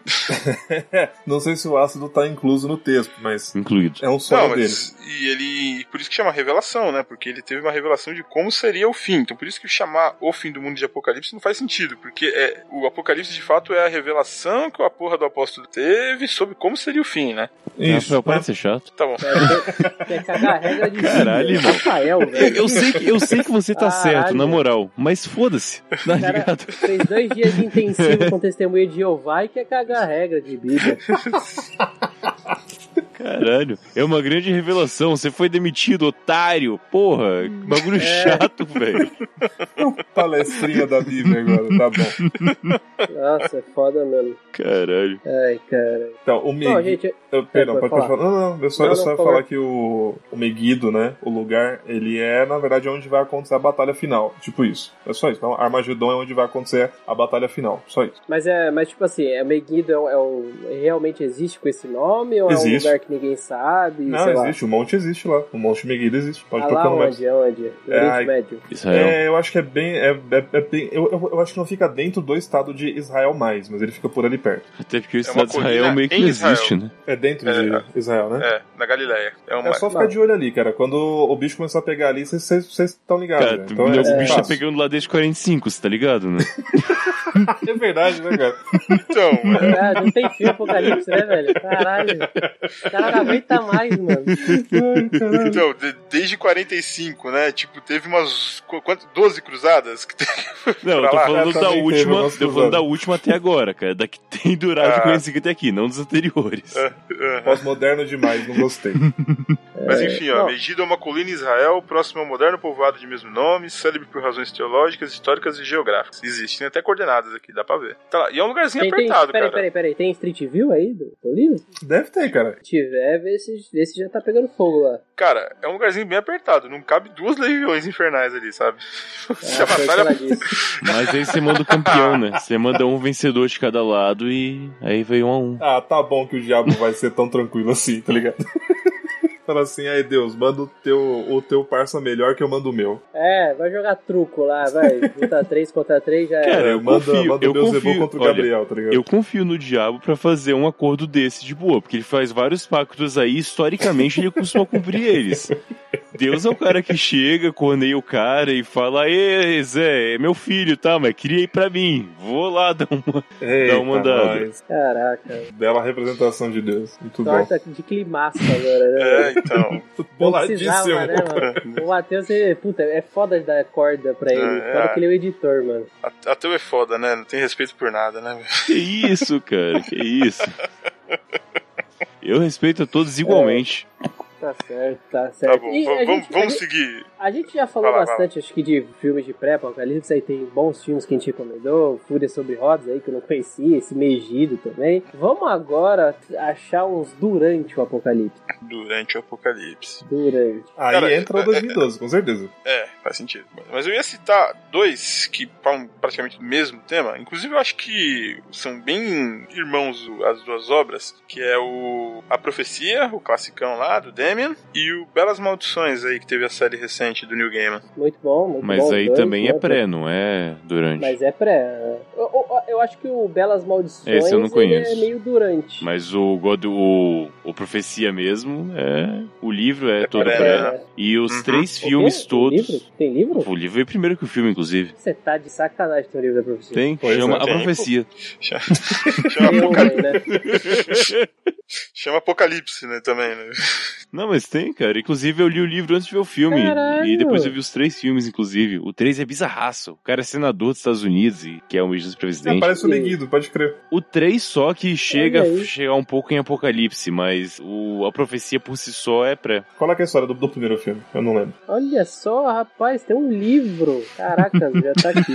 Speaker 3: não sei se o ácido tá incluso no texto, mas
Speaker 5: Incluído.
Speaker 3: é um
Speaker 4: Não,
Speaker 3: sonho dele.
Speaker 4: mas e ele. Por isso que chama revelação, né? Porque ele teve uma revelação de como seria o fim. Então por isso que chamar o fim do mundo de Apocalipse não faz sentido. Porque é, o Apocalipse de fato é a revelação que a porra do apóstolo teve sobre como seria o fim, né?
Speaker 3: Isso.
Speaker 5: Rafael, para de ser chato.
Speaker 4: Tá bom.
Speaker 2: Quer, quer cagar a regra de
Speaker 5: Caralho, irmão.
Speaker 2: Rafael,
Speaker 5: Eu,
Speaker 2: velho.
Speaker 5: eu sei que, eu sei que você tá
Speaker 2: Caralho.
Speaker 5: certo, na moral, mas foda-se, tá
Speaker 2: O cara
Speaker 5: ligado?
Speaker 2: fez dois dias de intensivo com testemunha de Jeová e quer cagar a regra de Bíblia.
Speaker 5: Caralho, é uma grande revelação, você foi demitido, otário, porra, que bagulho chato, velho.
Speaker 3: Palestrinha da Bíblia agora, tá bom.
Speaker 2: Nossa, é foda mesmo.
Speaker 5: Caralho.
Speaker 2: Ai, cara.
Speaker 3: Então, o
Speaker 2: Bom,
Speaker 3: Meguido.
Speaker 2: gente,
Speaker 3: Perdão,
Speaker 2: pode
Speaker 3: pode, pode falar.
Speaker 2: falar.
Speaker 3: Não, não, eu só,
Speaker 2: Não,
Speaker 3: eu
Speaker 2: não,
Speaker 3: só ia
Speaker 2: por
Speaker 3: falar
Speaker 2: favor.
Speaker 3: que o, o Meguido, né? O lugar, ele é, na verdade, onde vai acontecer a batalha final. Tipo isso. É só isso. Então, Armagedon é onde vai acontecer a batalha final. Só isso.
Speaker 2: mas é, mas tipo assim, é Megiddo é, um- é um- realmente existe com esse nome ou é um
Speaker 3: Existe.
Speaker 2: lugar que ninguém sabe?
Speaker 3: não,
Speaker 2: sei lá.
Speaker 3: existe. O monte existe lá. O monte Meguido existe. Pode
Speaker 2: Ah
Speaker 3: procurar
Speaker 2: lá
Speaker 3: no Maps.
Speaker 2: onde, onde? No
Speaker 3: É,
Speaker 2: Oriente
Speaker 3: ai.
Speaker 2: Médio.
Speaker 5: Israel.
Speaker 3: É, eu acho que é bem. É, é- é bem eu, eu, eu acho que não fica dentro do estado de Israel mais, mas ele fica por ali perto.
Speaker 5: Até porque
Speaker 4: uma
Speaker 5: o Estado de Israel
Speaker 4: colina
Speaker 5: meio que
Speaker 4: em
Speaker 5: não
Speaker 4: Israel.
Speaker 5: existe, né?
Speaker 3: É dentro de Israel, né?
Speaker 4: É, na Galileia. É
Speaker 3: É,
Speaker 4: uma.
Speaker 3: só ficar de olho ali, cara. Quando o bicho começar a pegar ali, vocês- vocês vocês estão ligados.
Speaker 5: Cara,
Speaker 3: né? Então é,
Speaker 5: o bicho tá
Speaker 3: fácil.
Speaker 5: pegando lá desde 45, você tá ligado, né?
Speaker 3: É verdade, né, cara?
Speaker 4: Então, é,
Speaker 2: Ah, não tem fim apocalipse, né, velho? Caralho. O cara não aguenta mais, mano.
Speaker 3: É.
Speaker 4: então de- desde 45, né? Tipo, teve umas. qu- Quanto, 12 cruzadas? Que teve-
Speaker 5: Não, eu
Speaker 4: Pra
Speaker 5: tô
Speaker 4: lá.
Speaker 5: falando
Speaker 3: É,
Speaker 5: da
Speaker 3: também teve
Speaker 5: última,
Speaker 3: algumas
Speaker 5: eu tô falando
Speaker 3: cruzadas.
Speaker 5: da última até agora, cara, da que tem durado
Speaker 4: Ah.
Speaker 5: de 45 até aqui, não dos anteriores.
Speaker 4: É.
Speaker 3: Pós-moderno demais, não gostei.
Speaker 4: Mas enfim, ó,
Speaker 2: não.
Speaker 4: Megiddo é uma colina em Israel, próximo ao moderno povoado de mesmo nome, célebre por razões teológicas, históricas e geográficas. Existe, tem até coordenadas aqui, dá pra ver. Tá lá, e é um lugarzinho
Speaker 2: Tem, tem,
Speaker 4: apertado,
Speaker 2: peraí,
Speaker 4: cara.
Speaker 2: peraí, peraí. Tem Street View aí do do livro?
Speaker 3: Deve ter, cara.
Speaker 2: Se tiver, vê se, vê se já tá pegando fogo lá.
Speaker 4: Cara, é um lugarzinho bem apertado, não cabe duas legiões infernais ali, sabe? Se
Speaker 2: Ah,
Speaker 4: a
Speaker 2: foi o que
Speaker 4: batalha...
Speaker 2: ela disse.
Speaker 5: Mas aí você manda o campeão, né? Você manda um vencedor de cada lado e aí veio um a um.
Speaker 3: Ah, tá bom que o diabo vai ser tão tranquilo assim, tá ligado? Fala assim, aí Deus, manda o teu, o teu parça melhor que eu mando o meu.
Speaker 2: É, vai jogar truco lá, vai. Luta 3 contra 3 já
Speaker 5: Cara,
Speaker 2: é.
Speaker 3: É,
Speaker 5: eu
Speaker 3: manda,
Speaker 5: confio,
Speaker 3: manda
Speaker 5: eu
Speaker 3: o Beuzebu
Speaker 5: confio.
Speaker 3: contra o
Speaker 5: Olha,
Speaker 3: Gabriel, tá ligado?
Speaker 5: Eu confio no diabo pra fazer um acordo desse de boa, porque ele faz vários pactos aí, historicamente ele costuma cumprir eles. Deus é o cara que chega, corneia o cara e fala: Ê, Zé, é meu filho, tá? Mas cria aí pra mim. Vou lá dar um, uma.
Speaker 3: Eita,
Speaker 5: Dá uma andada.
Speaker 3: nós.
Speaker 2: Caraca.
Speaker 3: Bela representação de Deus. Muito bom.
Speaker 2: Torta de climaço agora, né?
Speaker 4: É, então.
Speaker 2: Não
Speaker 3: Boladíssimo.
Speaker 2: precisava, né, mano? O Matheus, é, puta, é foda de dar corda pra ele.
Speaker 4: É,
Speaker 2: Fora
Speaker 4: é.
Speaker 2: que ele é o editor, mano.
Speaker 4: a- A teu é foda, né? Não tem respeito por nada, né?
Speaker 5: Que isso, cara? Que isso? Eu respeito a todos igualmente.
Speaker 2: Tá certo, tá certo.
Speaker 4: Tá bom,
Speaker 2: E a
Speaker 4: vamos,
Speaker 2: gente- a
Speaker 4: vamos
Speaker 2: gente-
Speaker 4: seguir.
Speaker 2: A gente já falou
Speaker 4: Fala,
Speaker 2: bastante, acho que, de filmes de pré-apocalipse. Aí tem bons filmes que a gente recomendou. Fúria sobre Rodas aí, que eu não conhecia. Esse Megido também. Vamos agora achar uns durante o apocalipse.
Speaker 4: Durante o apocalipse.
Speaker 2: Durante.
Speaker 3: Aí
Speaker 4: Cara,
Speaker 3: entra o 2012, com certeza.
Speaker 4: É, faz sentido. Mas eu ia citar dois que falam praticamente do mesmo tema. Inclusive, eu acho que são bem irmãos o- as duas obras, que é o A Profecia, o classicão lá, do Damien, e o Belas Maldições aí, que teve a série recente do New Gaiman.
Speaker 2: Muito bom, muito bom.
Speaker 5: Mas
Speaker 2: os
Speaker 5: aí
Speaker 2: dois,
Speaker 5: também é
Speaker 2: né?
Speaker 5: pré, não é durante.
Speaker 2: Mas é pré. Eu, eu- eu acho que o Belas Maldições
Speaker 5: Esse eu não
Speaker 2: ele
Speaker 5: conheço.
Speaker 2: é meio durante.
Speaker 5: Mas o God, o, o Profecia mesmo, é. O livro é,
Speaker 4: É
Speaker 5: todo
Speaker 4: pré,
Speaker 5: pré.
Speaker 4: né?
Speaker 5: E os
Speaker 4: Uhum.
Speaker 5: três
Speaker 2: O quê?
Speaker 5: filmes
Speaker 2: Tem
Speaker 5: todos.
Speaker 2: livro? Tem livro?
Speaker 5: O livro é primeiro que o filme, inclusive.
Speaker 2: Você tá de sacanagem tem o livro da profecia.
Speaker 5: Tem, que
Speaker 3: Pois
Speaker 5: chama
Speaker 3: é.
Speaker 5: A
Speaker 4: Tem.
Speaker 5: Profecia.
Speaker 4: Chama,
Speaker 2: Tem
Speaker 4: chama,
Speaker 2: um
Speaker 4: apoca-
Speaker 2: aí, né?
Speaker 4: chama Apocalipse, né, também, né?
Speaker 5: Não, mas tem, cara. Inclusive, eu li o livro antes de ver o filme.
Speaker 2: Caralho!
Speaker 5: E depois eu vi os três filmes, inclusive. O três é bizarraço. O cara é senador dos Estados Unidos, e que é um
Speaker 3: É,
Speaker 5: ex-presidente.
Speaker 3: parece o Meguido, pode crer.
Speaker 5: O 3 só que chega
Speaker 2: aí.
Speaker 5: chegar um pouco em Apocalipse, mas o, a profecia por si só é pré.
Speaker 3: Qual é que é a história do, do primeiro filme? Eu não lembro.
Speaker 2: Olha só, rapaz, tem um livro. Caraca, já tá aqui.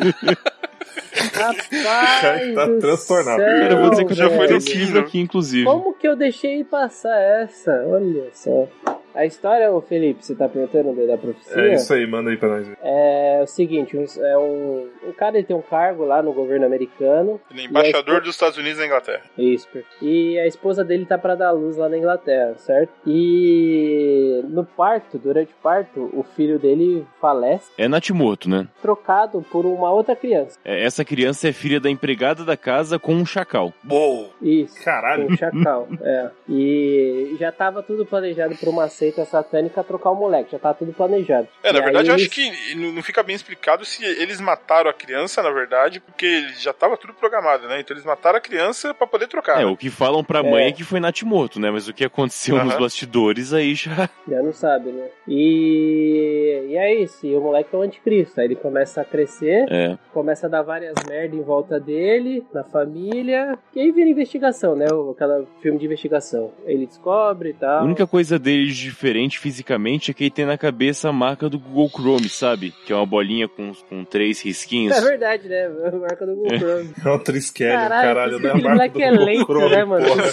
Speaker 2: Rapaz,
Speaker 3: Cara, tá
Speaker 2: do
Speaker 3: transtornado.
Speaker 2: céu,
Speaker 5: Cara, eu vou dizer que eu já
Speaker 2: velho.
Speaker 5: fui
Speaker 4: velho.
Speaker 5: nesse livro aqui, inclusive.
Speaker 2: Como que eu deixei passar essa? Olha só. A história, ô Felipe, você tá perguntando da profecia?
Speaker 3: É isso aí, manda aí pra nós.
Speaker 2: É o seguinte, um, é um, um cara ele tem um cargo lá no governo americano.
Speaker 4: Ele é embaixador dos Estados Unidos na Inglaterra.
Speaker 2: Isso. E a esposa dele tá pra dar à luz lá na Inglaterra, certo? E no parto, durante o parto, o filho dele falece,
Speaker 5: É natimorto, né?
Speaker 2: trocado por uma outra criança.
Speaker 5: É, Essa criança é filha da empregada da casa com um chacal.
Speaker 4: Uou!
Speaker 2: Isso.
Speaker 3: Caralho.
Speaker 2: Com o chacal, é. E já tava tudo planejado pra uma seita satânica trocar o moleque, já tava tudo planejado.
Speaker 4: É, na
Speaker 2: E
Speaker 4: verdade,
Speaker 2: aí
Speaker 4: eu acho
Speaker 2: eles-
Speaker 4: que n- não fica bem explicado se eles mataram a criança, na verdade, porque ele já tava tudo programado, né? Então eles mataram a criança pra poder trocar. né?
Speaker 5: É, o que falam pra mãe é que foi natimorto, né? Mas o que aconteceu nos
Speaker 4: Aham.
Speaker 5: bastidores aí já.
Speaker 2: Já não sabe, né? E, e é isso, e o moleque é o anticristo. Aí ele começa a crescer,
Speaker 5: É.
Speaker 2: começa a dar várias merda em volta dele, na família. E aí vira investigação, né? O- Aquela filme de investigação. Ele descobre e
Speaker 5: A
Speaker 2: tal.
Speaker 5: única coisa dele de diferente fisicamente é que ele tem na cabeça a marca do Google Chrome, sabe? Que é uma bolinha com, com três risquinhos.
Speaker 2: É verdade, né? Marca do Google Chrome.
Speaker 3: É uma Triskelion,
Speaker 2: Caralho,
Speaker 3: caralho.
Speaker 2: por isso que aquele
Speaker 3: né? Marco
Speaker 2: moleque
Speaker 3: do
Speaker 2: é lento,
Speaker 3: Chrome,
Speaker 2: né, mano?
Speaker 3: porra.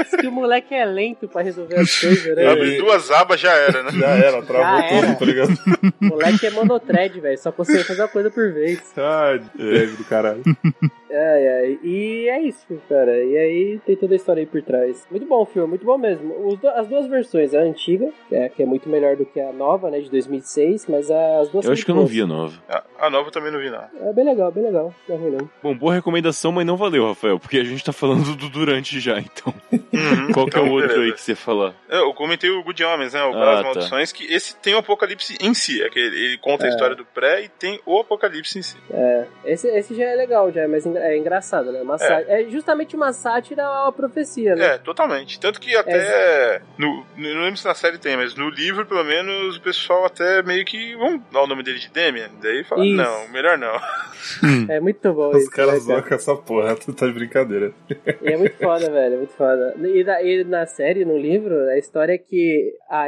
Speaker 2: Diz que o moleque é lento pra resolver as coisas, né?
Speaker 4: Abre duas abas É. já era, né?
Speaker 3: Já era, travou
Speaker 2: Já
Speaker 3: tudo,
Speaker 2: era.
Speaker 3: tá ligado?
Speaker 2: O moleque é monotred, velho. Só consegue fazer uma coisa por vez.
Speaker 3: Ai, deve do caralho.
Speaker 2: Ai, ai. E é isso, cara. E aí tem toda a história aí por trás. Muito bom o filme, muito bom mesmo. Os do- as duas versões, a antiga, que é, que é muito melhor do que a nova, né, de 2006, mas as duas
Speaker 5: Eu
Speaker 2: são
Speaker 5: acho que eu
Speaker 2: muito
Speaker 5: não
Speaker 2: boas.
Speaker 5: vi a nova.
Speaker 4: A, a nova eu também não vi, não.
Speaker 2: É bem legal, bem legal. Não é ruim, não.
Speaker 5: Bom, boa recomendação, mas não valeu, Rafael, porque a gente tá falando do Durante já, então.
Speaker 4: Uhum.
Speaker 5: Qual que é o
Speaker 4: Então,
Speaker 5: outro aí
Speaker 4: beleza.
Speaker 5: que você ia falar?
Speaker 4: É, Eu comentei o Good Homens, né? O
Speaker 5: Ah,
Speaker 4: Belas
Speaker 5: tá.
Speaker 4: Maldições, que esse tem o apocalipse em si. É que ele, ele conta a história do pré e tem o apocalipse em si.
Speaker 2: Esse, esse já é legal, já, mas engra- é engraçado, né? Uma sá- é. justamente uma sátira à profecia, né?
Speaker 4: É, totalmente. Tanto que
Speaker 5: É.
Speaker 4: até. No, no- não lembro se na série tem, mas no livro, pelo menos, o pessoal até meio que. Vamos dar o nome dele de Damien? Daí fala,
Speaker 2: Isso.
Speaker 4: não, melhor não.
Speaker 2: É, muito bom
Speaker 3: Os
Speaker 2: isso, né,
Speaker 3: caras
Speaker 2: cara?
Speaker 3: zoam com essa porra, tu tá de brincadeira.
Speaker 2: E é muito foda, velho, é muito foda. E, da- e na série, no livro, a história é que a,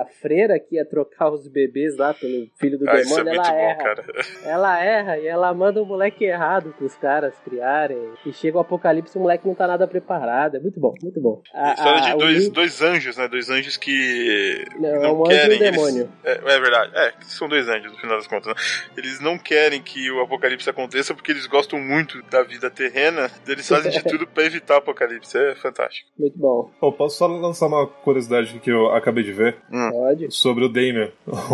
Speaker 2: a freira que ia trocar os bebês lá pelo filho do
Speaker 4: Ah, isso é
Speaker 2: demônio,
Speaker 4: muito
Speaker 2: ela
Speaker 4: bom,
Speaker 2: erra.
Speaker 4: cara.
Speaker 2: Ela erra e ela manda o moleque errado pros caras criarem. E chega o apocalipse e o moleque não tá nada preparado. É muito bom, muito bom. A,
Speaker 4: A história
Speaker 2: a-
Speaker 4: de
Speaker 2: o
Speaker 4: dois,
Speaker 2: Will-
Speaker 4: dois anjos, né? Dois anjos que.
Speaker 2: Não,
Speaker 4: não
Speaker 2: é um anjo
Speaker 4: querem,
Speaker 2: e um
Speaker 4: eles-
Speaker 2: demônio.
Speaker 4: É, é verdade. É, que são dois anjos, no final das contas. Né? Eles não querem que o apocalipse aconteça porque eles gostam muito da vida terrena. Eles fazem de tudo pra evitar o apocalipse. É fantástico.
Speaker 2: Muito bom.
Speaker 3: Ó, posso só lançar uma curiosidade que eu acabei de ver
Speaker 2: Pode.
Speaker 3: sobre o Damien.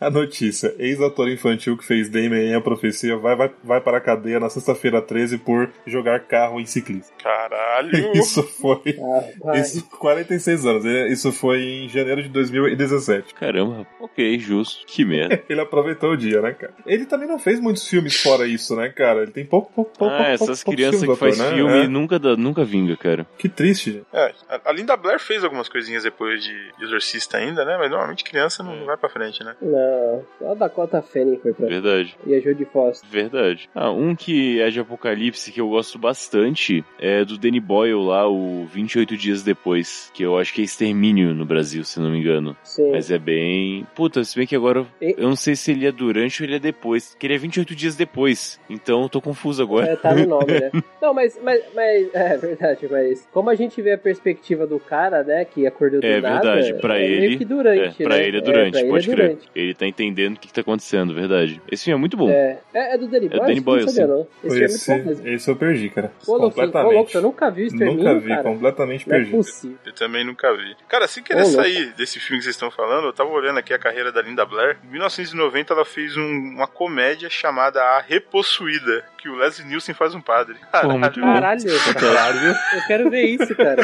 Speaker 3: a notícia: ex-ator infantil que fez Damien em A Profecia vai, vai, vai para a cadeia na sexta-feira 13 por jogar carro em ciclista.
Speaker 4: Caralho!
Speaker 3: Isso foi.
Speaker 2: Ah, Uhum. vai.
Speaker 3: Isso, 46 anos. É, Isso foi em janeiro de 2017.
Speaker 5: Caramba, rapaz. ok, justo. Que merda.
Speaker 3: Ele aproveitou o dia, né, cara? Ele também não fez muitos filmes fora isso, né, cara? Ele tem pouco, pouco, pouco.
Speaker 5: Ah,
Speaker 3: pouco-
Speaker 5: essas
Speaker 3: poucos
Speaker 5: crianças que
Speaker 3: filmes do
Speaker 5: faz
Speaker 3: ator, né?
Speaker 5: filme
Speaker 3: É.
Speaker 5: nunca, dá, nunca vinga, cara.
Speaker 3: Que triste, gente.
Speaker 4: É, a- a Linda Blair fez algumas coisinhas depois de de Exorcista ainda, né? Mas normalmente criança
Speaker 5: É.
Speaker 4: não vai pra frente, né?
Speaker 2: Não, só a Dakota Fanning foi pra.
Speaker 5: Verdade.
Speaker 2: E a Jodie Foster.
Speaker 5: Verdade. Ah, um que é de Apocalipse que eu gosto bastante é do Danny Boyle lá, o 28 Dias Depois, que eu acho que é Extermínio no Brasil, se não me engano.
Speaker 2: Sim.
Speaker 5: Mas é bem. Puta, se bem que agora
Speaker 2: E-
Speaker 5: eu não sei se ele é durante ou ele é depois. Que ele é 28 dias depois. Então eu tô confuso agora.
Speaker 2: É, tá no nome, né? Não, mas, mas, mas. É verdade, mas. Como a gente vê a perspectiva do cara, né? Que acordou do
Speaker 5: É
Speaker 2: nada,
Speaker 5: verdade, pra
Speaker 2: é meio
Speaker 5: ele-
Speaker 2: que durante.
Speaker 5: é, pra
Speaker 2: né?
Speaker 5: ele é durante,
Speaker 2: pra ele
Speaker 5: pode
Speaker 2: é
Speaker 5: crer.
Speaker 2: durante.
Speaker 5: Ele tá entendendo o que, que tá acontecendo, verdade. Esse filme é muito bom.
Speaker 2: É, é, é do Danny
Speaker 5: do
Speaker 2: Boyle?
Speaker 5: Danny
Speaker 2: Não
Speaker 5: Boyle,
Speaker 2: sabia, não. Esse filme é muito
Speaker 3: Esse,
Speaker 2: bom mesmo.
Speaker 3: esse eu perdi, cara.
Speaker 2: Ô, Luquinho, ô, louco,
Speaker 3: completamente.
Speaker 2: eu nunca vi isso
Speaker 3: Nunca vi,
Speaker 2: cara.
Speaker 3: completamente
Speaker 2: Não é
Speaker 3: perdido.
Speaker 2: possível.
Speaker 4: Eu também nunca vi. Cara, assim sem querer
Speaker 2: Ô,
Speaker 3: é
Speaker 2: louco.
Speaker 4: sair Tá desse filme que vocês estão falando, eu tava olhando aqui a carreira da Linda Blair. Em 1990 ela fez um- uma comédia chamada A Repossuída, que o Leslie Nielsen faz um padre.
Speaker 5: Pô, muito bom.
Speaker 2: Caralho,
Speaker 3: Caralho.
Speaker 2: eu quero ver isso, cara.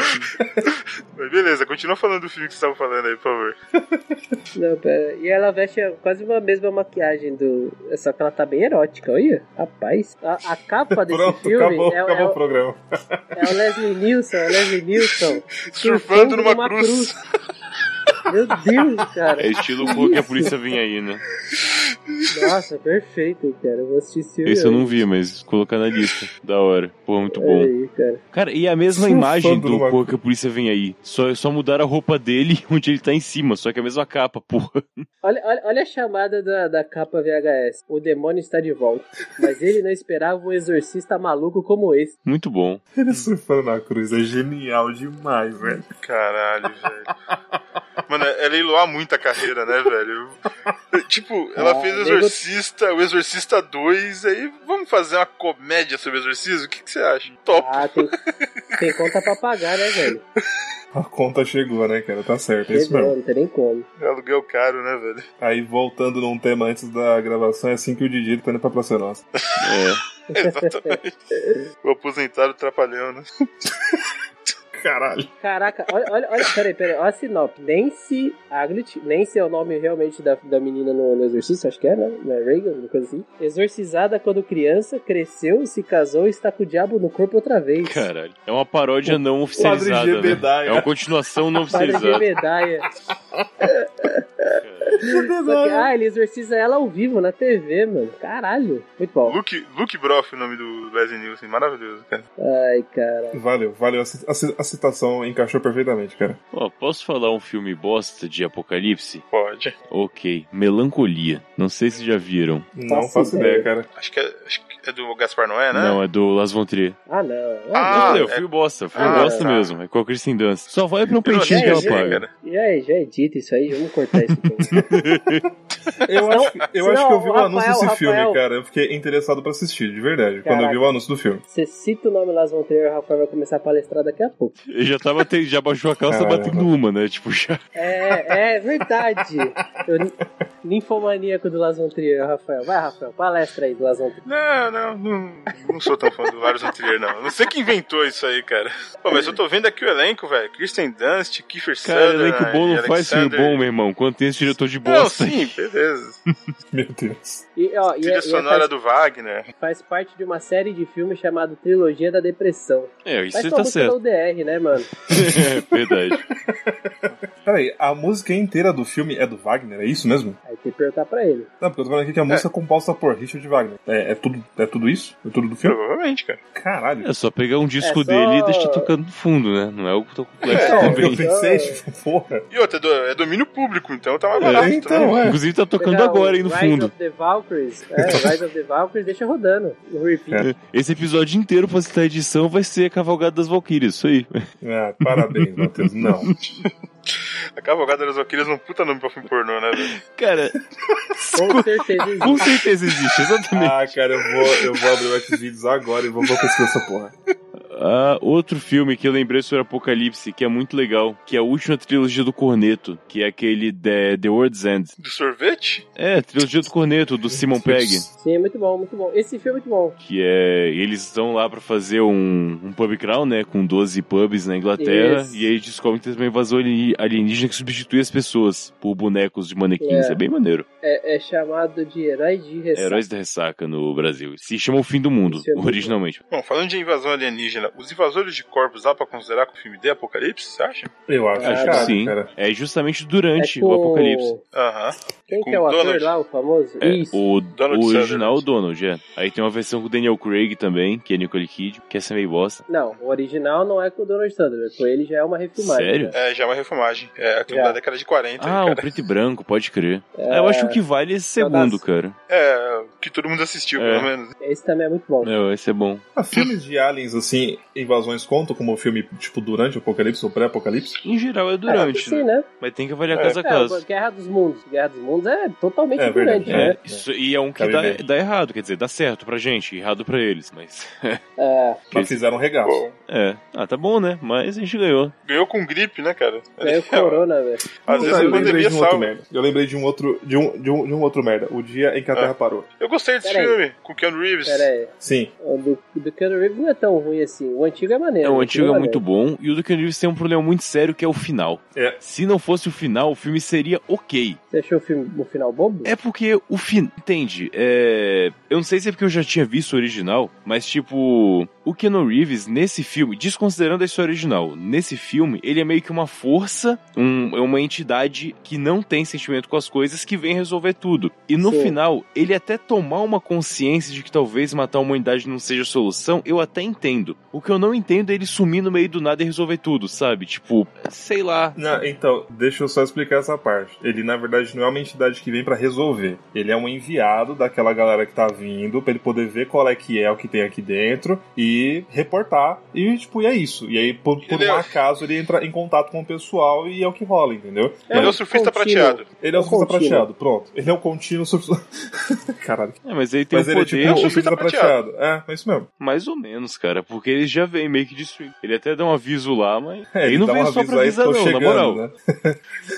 Speaker 4: Mas beleza, continua falando do filme que vocês estavam falando aí, por favor.
Speaker 2: Não, pera. E ela veste quase uma mesma maquiagem do. Só que ela tá bem erótica, olha. Rapaz, a, a capa desse
Speaker 3: Pronto,
Speaker 2: filme
Speaker 3: acabou,
Speaker 2: é, é
Speaker 3: acabou o
Speaker 2: o-
Speaker 3: programa.
Speaker 2: é o Leslie Nielsen, é o Leslie Nielsen.
Speaker 4: Surfando numa cruz.
Speaker 2: Meu Deus, cara.
Speaker 5: É estilo o que a polícia vem aí, né?
Speaker 2: Nossa, perfeito, cara. Eu vou assistir esse filme.
Speaker 5: Esse eu não
Speaker 2: hoje.
Speaker 5: vi, mas colocar na lista. Da hora. Pô, muito bom.
Speaker 2: Olha aí, cara.
Speaker 5: Cara, e a mesma
Speaker 3: Surfando
Speaker 5: imagem do
Speaker 3: numa-
Speaker 5: Porra que a polícia vem aí. Só, só mudaram a roupa dele onde ele tá em cima, só que é a mesma capa, porra.
Speaker 2: Olha, olha, olha a chamada da, da capa VHS. O demônio está de volta. Mas ele não esperava um exorcista maluco como esse.
Speaker 5: Muito bom.
Speaker 3: Ele surfando na cruz é genial demais, velho.
Speaker 4: Caralho, velho. Mano, é leiloar muita carreira, né, velho? tipo, ela
Speaker 2: Ah,
Speaker 4: fez o
Speaker 2: nego-
Speaker 4: Exorcista, o Exorcista 2, aí vamos fazer uma comédia sobre o Exorcismo? O que, que você acha? Top.
Speaker 2: Ah, tem, tem conta pra pagar, né, velho?
Speaker 3: A conta chegou, né, cara? Tá certo, é isso mesmo.
Speaker 2: Entendeu? Não tem nem como.
Speaker 4: Aluguel caro, né, velho?
Speaker 3: Aí voltando num tema antes da gravação, é assim que o Didi tá indo pra Praça Nossa.
Speaker 5: É.
Speaker 4: Exatamente. o aposentado trapalhão, né?
Speaker 3: Caralho.
Speaker 2: Caraca, olha, olha, olha, peraí, peraí, olha a sinopse. Nancy Aglet, Nancy é o nome realmente da, da menina no, no exorcista, acho que é, né? né? Reagan, uma coisa assim. Exorcizada quando criança, cresceu, se casou e está com o diabo no corpo outra vez.
Speaker 5: Caralho. É uma paródia não
Speaker 3: Padre
Speaker 5: oficializada. Né?
Speaker 3: Gebedai,
Speaker 5: É uma continuação não
Speaker 2: Padre de
Speaker 5: oficializada.
Speaker 2: medalha. Só que, ah, ele exorciza ela ao vivo na TV, mano. Caralho. Muito bom.
Speaker 4: Luke, Luke Broff, o nome do Leslie Nielsen. Maravilhoso, cara.
Speaker 2: Ai, cara.
Speaker 3: Valeu, valeu. A, ci- a ci- a citação encaixou perfeitamente, cara.
Speaker 5: Ó, posso falar um filme bosta de apocalipse?
Speaker 4: Pode.
Speaker 5: Ok. Melancolia. Não sei se já viram.
Speaker 3: Não
Speaker 2: Faço
Speaker 3: faço
Speaker 2: ideia.
Speaker 3: ideia, cara.
Speaker 4: Acho que, é, acho que é do Gaspar Noé, né?
Speaker 5: Não, é do Las Von Trier.
Speaker 2: Ah, não.
Speaker 4: Ah,
Speaker 5: Ah,
Speaker 2: não.
Speaker 5: eu fui bosta, fui
Speaker 4: Ah,
Speaker 5: bosta
Speaker 4: tá.
Speaker 5: mesmo. É com a Kristen Dunst. Só vai pro
Speaker 4: Eu não
Speaker 5: peitinho que ela
Speaker 4: assisti,
Speaker 5: paga.
Speaker 4: cara.
Speaker 2: Já, é, já é dito isso aí, vamos cortar isso. então.
Speaker 3: Eu acho, que- eu
Speaker 2: senão,
Speaker 3: acho que eu vi
Speaker 2: é o
Speaker 3: o
Speaker 2: Rafael,
Speaker 3: anúncio desse
Speaker 2: o Rafael.
Speaker 3: filme, cara. Eu fiquei interessado pra assistir, de verdade. Quando eu vi
Speaker 2: Caraca.
Speaker 3: o anúncio do filme.
Speaker 2: Você cita o nome Las Monteiro, o Rafael vai começar a palestrar daqui a pouco.
Speaker 5: Ele já tava te- já baixou a calça
Speaker 3: Caralho.
Speaker 5: batendo uma, né? Tipo, já.
Speaker 2: É, é verdade. Eu, ninfomaníaco do Las Montrier, Rafael. Vai, Rafael, palestra aí do Las Von Trier.
Speaker 4: Não, não, não, não sou tão fã do Lars von Trier, não. Não sei quem inventou isso aí, cara. Pô, mas eu tô vendo aqui o elenco, velho. Kristen Dunst, Kiefer
Speaker 5: Cara,
Speaker 4: Sutherland,
Speaker 5: elenco bom não faz filme
Speaker 4: Alexander-
Speaker 5: bom, meu irmão. Quando tem esse diretor de
Speaker 4: Não,
Speaker 5: bosta.
Speaker 4: sim, beleza.
Speaker 3: Meu Deus.
Speaker 2: E, ó, e,
Speaker 3: é,
Speaker 4: Trilha
Speaker 2: e
Speaker 4: sonora
Speaker 2: faz,
Speaker 4: do Wagner.
Speaker 2: faz parte de uma série de filmes chamado Trilogia da Depressão.
Speaker 5: É, isso
Speaker 2: Mas
Speaker 5: você
Speaker 2: só
Speaker 5: tá
Speaker 2: música da
Speaker 5: certo.
Speaker 2: UDR, né, mano?
Speaker 5: é verdade.
Speaker 3: Peraí, a música inteira do filme é do Wagner? É isso mesmo?
Speaker 2: Aí tem que perguntar pra ele.
Speaker 3: Não, porque eu tô falando aqui que a música é composta por Richard Wagner. É, é tudo, é tudo isso? É tudo do filme?
Speaker 4: Provavelmente, cara.
Speaker 3: Caralho.
Speaker 5: É só pegar um disco
Speaker 2: É só-
Speaker 5: dele e deixar tocando no fundo, né? Não é o que tô complexo
Speaker 3: É,
Speaker 5: também.
Speaker 3: eu pensei, tipo, porra.
Speaker 4: E outra, é do- é domínio público, então tá mais barato.
Speaker 3: É, então, é.
Speaker 5: Inclusive tá tocando
Speaker 2: Pegar
Speaker 5: agora
Speaker 2: o
Speaker 5: aí no
Speaker 2: Rise
Speaker 5: fundo.
Speaker 2: Of the Valkyries. É, o Rise of the Valkyries deixa rodando. No repeat.
Speaker 5: Esse episódio inteiro, pra citar a edição, vai ser a Cavalgada das Valquírias, isso aí.
Speaker 3: Ah, parabéns, Matheus. Não.
Speaker 4: A Cavalgada das Valquírias é um puta nome pra filme pornô, né, velho?
Speaker 5: Cara,
Speaker 2: Com certeza existe.
Speaker 5: com certeza existe, exatamente.
Speaker 3: Ah, cara, eu vou, eu vou abrir o Xvideos agora e vou, vou pesquisar essa porra.
Speaker 5: Ah, outro filme que eu lembrei sobre Apocalipse, que é muito legal, que é a última trilogia do Corneto, que é aquele The, The World's End.
Speaker 4: Do sorvete?
Speaker 5: É, trilogia do Corneto, do Simon Pegg.
Speaker 2: Sim, é muito bom, muito bom. Esse filme é muito bom.
Speaker 5: Que é. Eles estão lá pra fazer um, um pub crawl, né? Com 12 pubs na Inglaterra.
Speaker 2: Isso.
Speaker 5: E aí descobrem que tem uma invasão ali- alienígena que substitui as pessoas por bonecos de manequins.
Speaker 2: É.
Speaker 5: É, bem maneiro. É
Speaker 2: É, é chamado de Herói de Ressaca.
Speaker 5: Heróis da Ressaca no Brasil. Se chama O Fim do Mundo,
Speaker 2: Isso é muito
Speaker 5: originalmente.
Speaker 4: Bom, falando de invasão alienígena, os invasores de corpos dá pra considerar que o filme de Apocalipse, você acha?
Speaker 3: Eu acho,
Speaker 2: Acho
Speaker 3: cara,
Speaker 5: que sim.
Speaker 3: cara.
Speaker 5: É justamente
Speaker 2: É
Speaker 5: durante
Speaker 2: com-
Speaker 5: o Apocalipse.
Speaker 4: Aham.
Speaker 2: Quem
Speaker 4: com
Speaker 2: que é o ator
Speaker 4: Donald.
Speaker 2: lá, o famoso?
Speaker 5: É,
Speaker 2: Isso.
Speaker 5: o,
Speaker 4: Donald
Speaker 5: o
Speaker 4: Sutherland.
Speaker 5: original é o Donald, é. Aí tem uma versão com o Daniel Craig também, que é Nicole Kidman, que essa é meio bosta.
Speaker 2: Não, o original não é com o Donald Sutherland. Com ele já é uma refilmagem.
Speaker 5: Sério?
Speaker 4: É, já é uma refilmagem. É, aquilo
Speaker 2: Já.
Speaker 4: da década de 40.
Speaker 5: Ah,
Speaker 4: cara.
Speaker 5: o preto e branco, pode crer. Ah, eu acho que o que vale é esse segundo,
Speaker 2: Saudades.
Speaker 5: cara.
Speaker 4: É, que todo mundo assistiu,
Speaker 5: É.
Speaker 4: pelo menos.
Speaker 2: Esse também é muito bom.
Speaker 5: É, esse é bom.
Speaker 3: Ah, filmes de aliens, assim, invasões contam como filme, tipo, durante o apocalipse ou pré-apocalipse?
Speaker 5: Em geral é durante,
Speaker 2: Sim,
Speaker 5: né?
Speaker 2: né?
Speaker 5: Mas tem que avaliar
Speaker 4: É.
Speaker 5: caso a
Speaker 2: É, o
Speaker 5: caso.
Speaker 2: Guerra dos Mundos. Guerra dos Mundos é totalmente
Speaker 3: É verdade,
Speaker 2: durante, né?
Speaker 5: É, isso, e é um que
Speaker 3: Cabe
Speaker 5: dá,
Speaker 3: bem.
Speaker 5: dá errado, quer dizer, dá certo pra gente, errado pra eles, mas.
Speaker 2: É.
Speaker 3: Mas fizeram um regaço.
Speaker 4: Bom,
Speaker 5: é. Ah, tá bom, né? Mas a gente ganhou.
Speaker 4: ganhou com gripe, né, cara?
Speaker 2: Ganhou corona, velho.
Speaker 4: Às vezes
Speaker 3: Cara,
Speaker 4: a
Speaker 3: eu lembrei
Speaker 4: pandemia
Speaker 3: de um outro
Speaker 4: salva.
Speaker 3: merda. Eu lembrei de um outro, de um, de um, de um outro merda. O dia em que a Terra parou.
Speaker 4: Eu gostei desse
Speaker 2: Pera aí.
Speaker 4: filme, com o Keanu Reeves.
Speaker 2: Pera aí.
Speaker 3: Sim.
Speaker 2: O do, o do Keanu Reeves não é tão ruim assim. O antigo é maneiro.
Speaker 5: É, o antigo é muito
Speaker 2: maneiro.
Speaker 5: bom, e o do Keanu Reeves tem um problema muito sério que é o final.
Speaker 3: É.
Speaker 5: Se não fosse o final, o filme seria ok.
Speaker 2: Você achou o filme o final bobo?
Speaker 5: É porque o fim. Entende? É. Eu não sei se é porque eu já tinha visto o original, mas tipo. O Keanu Reeves, nesse filme, desconsiderando a história original, nesse filme, ele é meio que uma força, um, é uma entidade que não tem sentimento com as coisas, que vem resolver tudo. E no
Speaker 2: Sim.
Speaker 5: final, ele até tomar uma consciência de que talvez matar a humanidade não seja a solução, eu até entendo. O que eu não entendo é ele sumir no meio do nada e resolver tudo, sabe? Tipo, sei lá.
Speaker 3: Não, então, deixa eu só explicar essa parte. Ele, na verdade, não é uma entidade que vem pra resolver. Ele é um enviado daquela galera que tá vindo, pra ele poder ver qual é que é o que tem aqui dentro e reportar. E, tipo, e é isso. E aí, por, por
Speaker 4: Ele é-
Speaker 3: um acaso, ele entra em contato com o pessoal e é o que rola, entendeu?
Speaker 4: Ele é o
Speaker 3: Mas
Speaker 4: surfista
Speaker 2: contínuo.
Speaker 4: prateado.
Speaker 3: ele é o
Speaker 2: o
Speaker 3: surfista
Speaker 2: contínuo.
Speaker 3: prateado, pronto. Ele é o contínuo surfista. Caralho.
Speaker 5: É, mas ele tem
Speaker 3: Mas
Speaker 5: o
Speaker 3: ele é
Speaker 5: poder,
Speaker 3: tipo um
Speaker 4: surfista
Speaker 3: surfista prateado. É, é isso mesmo.
Speaker 5: mais ou menos, cara. Porque ele já vem meio que destruído. Ele até dá um aviso lá, mas.
Speaker 3: É,
Speaker 5: ele não
Speaker 3: dá
Speaker 5: vem
Speaker 3: um
Speaker 5: só
Speaker 3: aviso
Speaker 5: pra
Speaker 3: aí,
Speaker 5: avisar,
Speaker 3: "Tô
Speaker 5: não, na moral.
Speaker 3: né?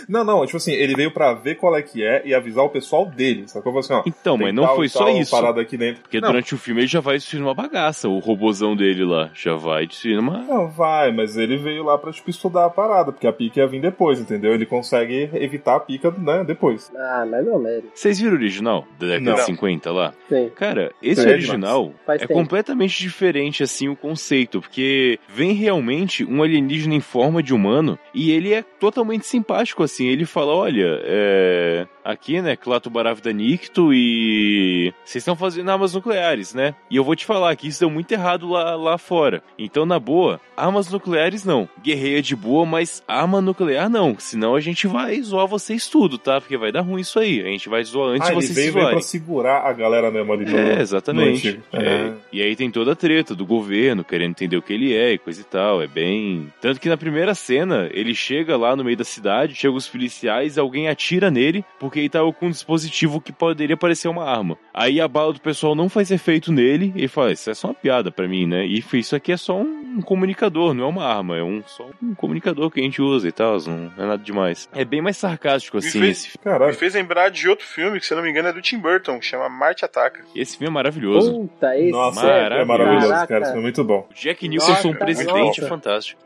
Speaker 3: não, não, tipo assim, ele veio pra ver qual é que é e avisar o pessoal dele, sacou? Falou assim, ó,
Speaker 5: Então,
Speaker 3: tem
Speaker 5: mas não
Speaker 3: tal
Speaker 5: foi
Speaker 3: e
Speaker 5: só
Speaker 3: tal
Speaker 5: isso.
Speaker 3: parada aqui dentro.
Speaker 5: Porque
Speaker 3: não,
Speaker 5: durante o filme ele já vai destruindo uma bagaça. O robozão dele lá já vai destruindo uma.
Speaker 3: não, vai, mas ele veio lá pra, tipo, estudar a parada, porque a pica ia vir depois, entendeu? Ele consegue evitar a pica, né, depois.
Speaker 2: Ah, mais ou menos.
Speaker 5: Vocês viram o original da década
Speaker 3: Não.
Speaker 5: de 50 lá?
Speaker 2: Sim.
Speaker 5: Cara, esse
Speaker 3: Sim, é
Speaker 5: original
Speaker 2: Faz
Speaker 5: é
Speaker 2: tempo.
Speaker 5: completamente diferente, assim, o conceito, porque vem realmente um alienígena em forma de humano e ele é totalmente simpático, assim. Ele fala: olha, é. Aqui, né, Clato Baravda Nicto e. Vocês estão fazendo armas nucleares, né? E eu vou te falar que isso deu muito errado lá, lá fora. Então, na boa, armas nucleares não. Guerreia de boa, mas arma nuclear não. Senão a gente vai zoar vocês tudo, tá? Porque vai dar ruim isso aí. A gente vai zoar antes de
Speaker 3: ah, ele
Speaker 5: vocês se
Speaker 3: veio, veio
Speaker 5: zoarem.
Speaker 3: pra segurar a galera mesmo ali.
Speaker 5: É,
Speaker 3: no-
Speaker 5: exatamente.
Speaker 3: antigo.
Speaker 5: É,
Speaker 3: É.
Speaker 5: E aí tem toda a treta do governo querendo entender o que ele é e coisa e tal. É bem. Tanto que na primeira cena, ele chega lá no meio da cidade, chegam os policiais, alguém atira nele, porque ele tava com um dispositivo que poderia parecer uma arma. Aí a bala do pessoal não faz efeito nele, ele fala: Isso é só uma piada pra mim, né? E isso aqui é só um, um comunicador, não é uma arma, é um, só um comunicador que a gente usa e tal, não é nada demais. É bem mais sarcástico assim
Speaker 4: fez-
Speaker 5: esse filme.
Speaker 4: Me
Speaker 3: Caralho.
Speaker 4: fez lembrar de outro filme, que se eu não me engano é do Tim Burton, que chama Marte Ataca.
Speaker 5: Esse filme é maravilhoso.
Speaker 2: Puta, esse
Speaker 3: Nossa,
Speaker 5: Maravilhoso.
Speaker 3: é maravilhoso, cara.
Speaker 2: Caraca.
Speaker 3: Isso foi muito bom.
Speaker 5: O Jack Nicholson,
Speaker 2: Nossa,
Speaker 5: presidente,
Speaker 2: nossa.
Speaker 5: é fantástico.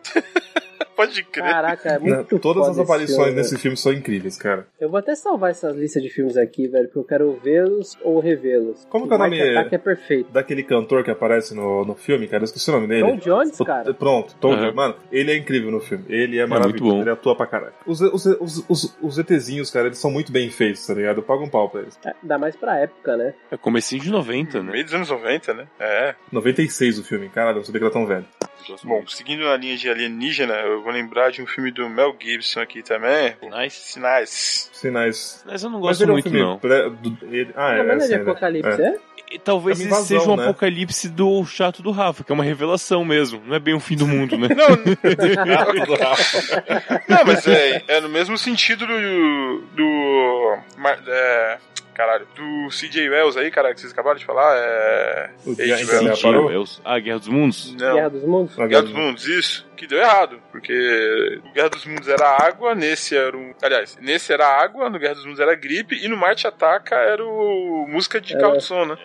Speaker 4: Pode crer.
Speaker 2: Caraca, é muito
Speaker 3: Né, Todas
Speaker 2: foda
Speaker 3: as
Speaker 2: esse
Speaker 3: aparições
Speaker 2: filme,
Speaker 3: desse filme são incríveis, cara.
Speaker 2: velho. Eu vou até salvar essa lista de filmes aqui, velho, porque eu quero vê-los ou revê-los.
Speaker 3: Como que é o
Speaker 2: Mike
Speaker 3: nome?
Speaker 2: Attack é perfeito.
Speaker 3: Daquele cantor que aparece no, no filme, cara, eu esqueci o nome dele.
Speaker 2: Tom Jones,
Speaker 3: Pô,
Speaker 2: cara.
Speaker 3: Pronto, Tom
Speaker 5: Aham.
Speaker 3: Jones. Mano, ele é incrível no filme. Ele é
Speaker 5: muito
Speaker 3: maravilhoso.
Speaker 5: bom.
Speaker 3: Ele atua pra caralho. Os, os, os, os, os ETzinhos, cara, eles são muito bem feitos, tá ligado? Eu pago um pau pra eles.
Speaker 2: Ainda mais pra época, né?
Speaker 5: É comecinho de 90, né?
Speaker 4: Meio dos anos 90, né? É.
Speaker 3: 96 o filme, caralho, eu não sabia que era tão velho.
Speaker 4: Bom, seguindo a linha de alienígena, eu vou lembrar de um filme do Mel Gibson aqui também.
Speaker 5: Uhum. Nice.
Speaker 4: Sinais.
Speaker 3: Sinais.
Speaker 5: Mas eu não
Speaker 3: Mas
Speaker 5: gosto
Speaker 3: ele é um
Speaker 5: muito,
Speaker 3: filme
Speaker 5: não.
Speaker 3: pré- do- ele- Ah,
Speaker 2: Não,
Speaker 3: é,
Speaker 2: mas não é
Speaker 3: essa
Speaker 2: de
Speaker 3: aí, né?
Speaker 2: Apocalipse, é?
Speaker 5: E talvez
Speaker 3: É uma
Speaker 5: esse
Speaker 3: invasão,
Speaker 5: seja um
Speaker 3: né?
Speaker 5: apocalipse do chato do Rafa, que é uma revelação mesmo. Não é bem o fim do mundo, né?
Speaker 4: Não, não, mas é, é no mesmo sentido do. do. Mar- é, caralho, do CJ Wells aí, cara, que vocês acabaram de falar. É.
Speaker 3: O
Speaker 4: Age
Speaker 3: Guerra
Speaker 4: of
Speaker 3: Infinita
Speaker 4: Elite,
Speaker 5: Sim,
Speaker 3: né? parou?
Speaker 5: é o- Ah, Guerra dos Mundos?
Speaker 4: Não.
Speaker 2: é? Guerra dos Mundos.
Speaker 3: Ah,
Speaker 4: Guerra dos Mundos, isso, que deu errado, porque o Guerra dos Mundos era água, nesse era um. Aliás, nesse era água, no Guerra dos Mundos era gripe, e no Marte Ataca era o. música de
Speaker 2: Era-
Speaker 4: carro de som, né?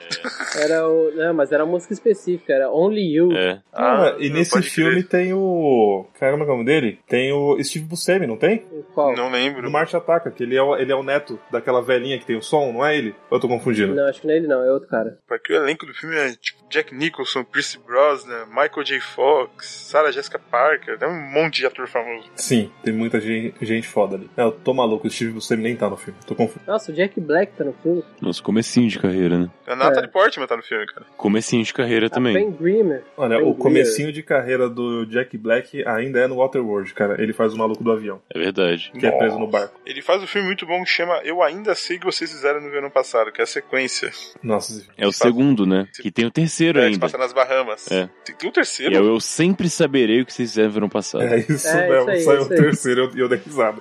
Speaker 2: Era o... Não, mas era uma música específica, era Only You.
Speaker 5: É.
Speaker 3: Ah, e nesse
Speaker 4: pode crer.
Speaker 3: filme tem o. Caramba, como é o nome dele? Tem o Steve Buscemi, não tem?
Speaker 2: Qual?
Speaker 4: Não lembro.
Speaker 3: No Marte Ataca, que ele é, o, ele é o neto daquela velhinha que tem o som, não é ele? Ou Eu tô confundindo.
Speaker 2: Não, acho que não é ele não, é outro cara.
Speaker 4: Porque o elenco do filme é tipo Jack Nicholson, Pierce Brosnan, Michael J. Fox, Sarah Jessica Parker, tem um monte de ator famoso.
Speaker 3: Sim, tem muita gen- gente foda ali. É, Eu tô maluco, o Steve Buscemi nem tá no filme, tô confuso.
Speaker 2: Nossa, o Jack Black tá no filme.
Speaker 5: Nossa, comecinho de carreira, né?
Speaker 4: A Natalie Portman tá no filme, cara.
Speaker 5: Comecinho de carreira
Speaker 2: A
Speaker 5: também.
Speaker 2: Ben Grimmer.
Speaker 3: Olha,
Speaker 2: Ben
Speaker 3: o
Speaker 2: Grier.
Speaker 3: comecinho de carreira do Jack Black ainda é no Waterworld, cara. Ele faz o maluco do avião,
Speaker 5: É verdade.
Speaker 3: que é preso no barco.
Speaker 4: Ele faz um filme muito bom que chama Eu Ainda Sei Que Vocês Fizeram No Verão Passado, que é a sequência.
Speaker 3: Nossa, esse filme.
Speaker 5: É o
Speaker 4: Espaço-
Speaker 5: segundo, né? Que tem o terceiro
Speaker 4: É, que se
Speaker 5: ainda.
Speaker 4: passa nas Bahamas.
Speaker 5: É.
Speaker 4: Tem, tem um terceiro?
Speaker 5: E é o eu sempre saberei o que vocês fizeram no verão passado.
Speaker 3: é isso
Speaker 2: É,
Speaker 3: mesmo,
Speaker 2: isso aí,
Speaker 3: saiu o
Speaker 2: isso aí.
Speaker 3: terceiro e eu, e eu dei risada.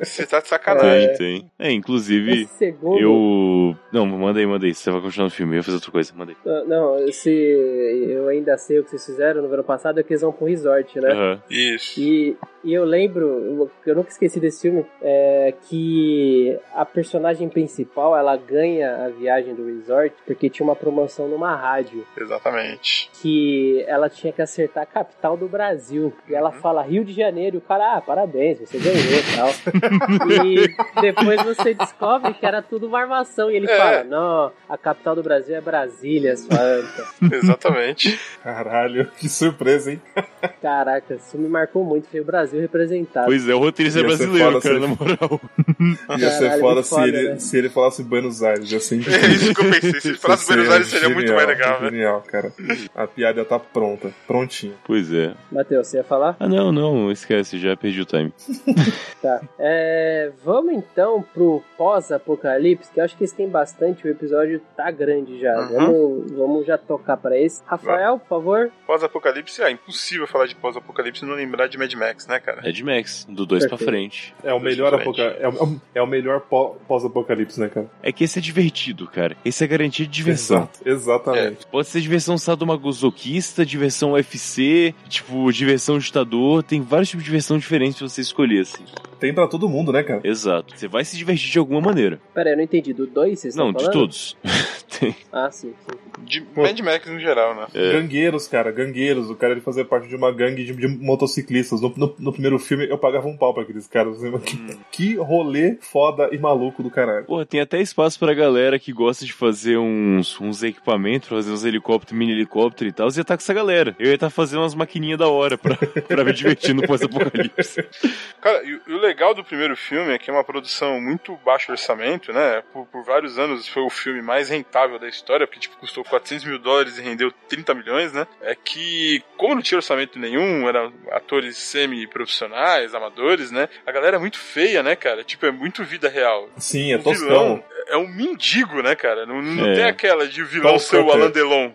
Speaker 4: Você tá de
Speaker 2: É.
Speaker 4: sacanagem.
Speaker 5: Tem, tem. É, inclusive,
Speaker 2: Esse segundo...
Speaker 5: eu. Não, manda aí, manda aí. Você vai continuar no filme, eu ia fazer outra coisa. Manda aí.
Speaker 2: Ah, Não, esse eu ainda sei o que vocês fizeram no verão passado é que eles vão pro resort, né?
Speaker 5: Aham.
Speaker 4: Isso.
Speaker 2: E, e eu lembro, eu- eu nunca esqueci desse filme, é, que a personagem principal ela ganha a viagem do resort porque tinha uma promoção numa rádio
Speaker 4: Exatamente.
Speaker 2: que ela tinha que acertar a capital do Brasil. E ela fala Rio de Janeiro, e o cara, ah, parabéns, você ganhou e tal. e depois você descobre que era tudo uma armação. E ele
Speaker 4: É.
Speaker 2: fala, não, a capital do Brasil é Brasília, sua anta.
Speaker 4: Exatamente.
Speaker 3: Caralho, que surpresa, hein?
Speaker 2: Caraca, isso me marcou muito. Falei, o Brasil Brasil representado.
Speaker 5: Pois é, o roteirista é
Speaker 3: Ia ser
Speaker 5: brasileiro,
Speaker 3: foda se
Speaker 5: cara,
Speaker 3: ele-
Speaker 5: na moral.
Speaker 3: Ia ser
Speaker 2: Caralho,
Speaker 3: foda
Speaker 2: que
Speaker 3: se,
Speaker 2: foda,
Speaker 3: ele,
Speaker 2: né?
Speaker 3: se ele falasse Buenos Aires, assim.
Speaker 4: É isso que eu pensei. Se ele falasse Buenos Aires, seria muito mais legal, né?
Speaker 3: é Genial, cara. A piada tá pronta, prontinha.
Speaker 5: Pois é.
Speaker 2: Matheus, você ia falar?
Speaker 5: Ah, não, não, esquece, já perdi o time.
Speaker 2: Tá. É, vamos então pro pós-apocalipse, que eu acho que esse tem bastante, o episódio tá grande já.
Speaker 4: Uhum.
Speaker 2: Vamos, vamos já tocar pra esse. Rafael, por favor.
Speaker 4: Pós-apocalipse, é impossível falar de pós-apocalipse e não lembrar de Mad Max, né, cara?
Speaker 5: Red É Max, do 2 pra
Speaker 2: Perfeito.
Speaker 5: frente.
Speaker 3: É o melhor
Speaker 4: Exatamente.
Speaker 3: apoca- é o, é o melhor pó- pós-apocalipse, né, cara?
Speaker 5: É que esse é divertido, cara. Esse é garantia de diversão.
Speaker 3: Exato. Exatamente.
Speaker 5: Pode ser diversão sadomasoquista, diversão UFC, tipo, diversão ditador. Tem vários tipos de diversão diferentes pra você escolher, assim.
Speaker 4: É.
Speaker 3: Tem pra todo mundo, né, cara?
Speaker 5: Exato. Você vai se divertir de alguma maneira.
Speaker 2: Pera aí, eu não entendi. Do 2 vocês
Speaker 5: não,
Speaker 2: estão
Speaker 5: de
Speaker 2: tá falando?
Speaker 5: todos. Tem.
Speaker 2: Ah, sim, sim.
Speaker 4: De Mad Max no geral, né?
Speaker 3: Gangueiros, cara, gangueiros. O cara ele fazia parte de uma gangue de, de motociclistas. No, no- no primeiro filme eu pagava um pau pra aqueles caras.
Speaker 4: Hum.
Speaker 3: Que rolê foda e maluco do caralho.
Speaker 5: Pô, tem até espaço pra galera que gosta de fazer uns, uns equipamentos, fazer uns helicópteros, mini helicóptero e tal. Você ia estar com essa galera. Eu ia estar fazendo umas maquininhas da hora pra, pra me divertir no pós-apocalipse.
Speaker 4: Cara, e, o- e o legal do primeiro filme é que é uma produção muito baixo orçamento, né? Por, por vários anos foi o filme mais rentável da história, porque tipo, custou 400 mil dólares e rendeu 30 milhões, né? É que, como não tinha orçamento nenhum, eram atores semi-profissionais, amadores, né? A galera é muito feia, né, cara? Tipo, é muito vida real.
Speaker 3: Sim, é
Speaker 4: O
Speaker 3: tostão.
Speaker 4: vilão é um mendigo, né, cara? Não, não
Speaker 5: É.
Speaker 4: tem aquela de vilão
Speaker 3: Tom
Speaker 4: ser o
Speaker 3: Cutter.
Speaker 4: Alan Delon.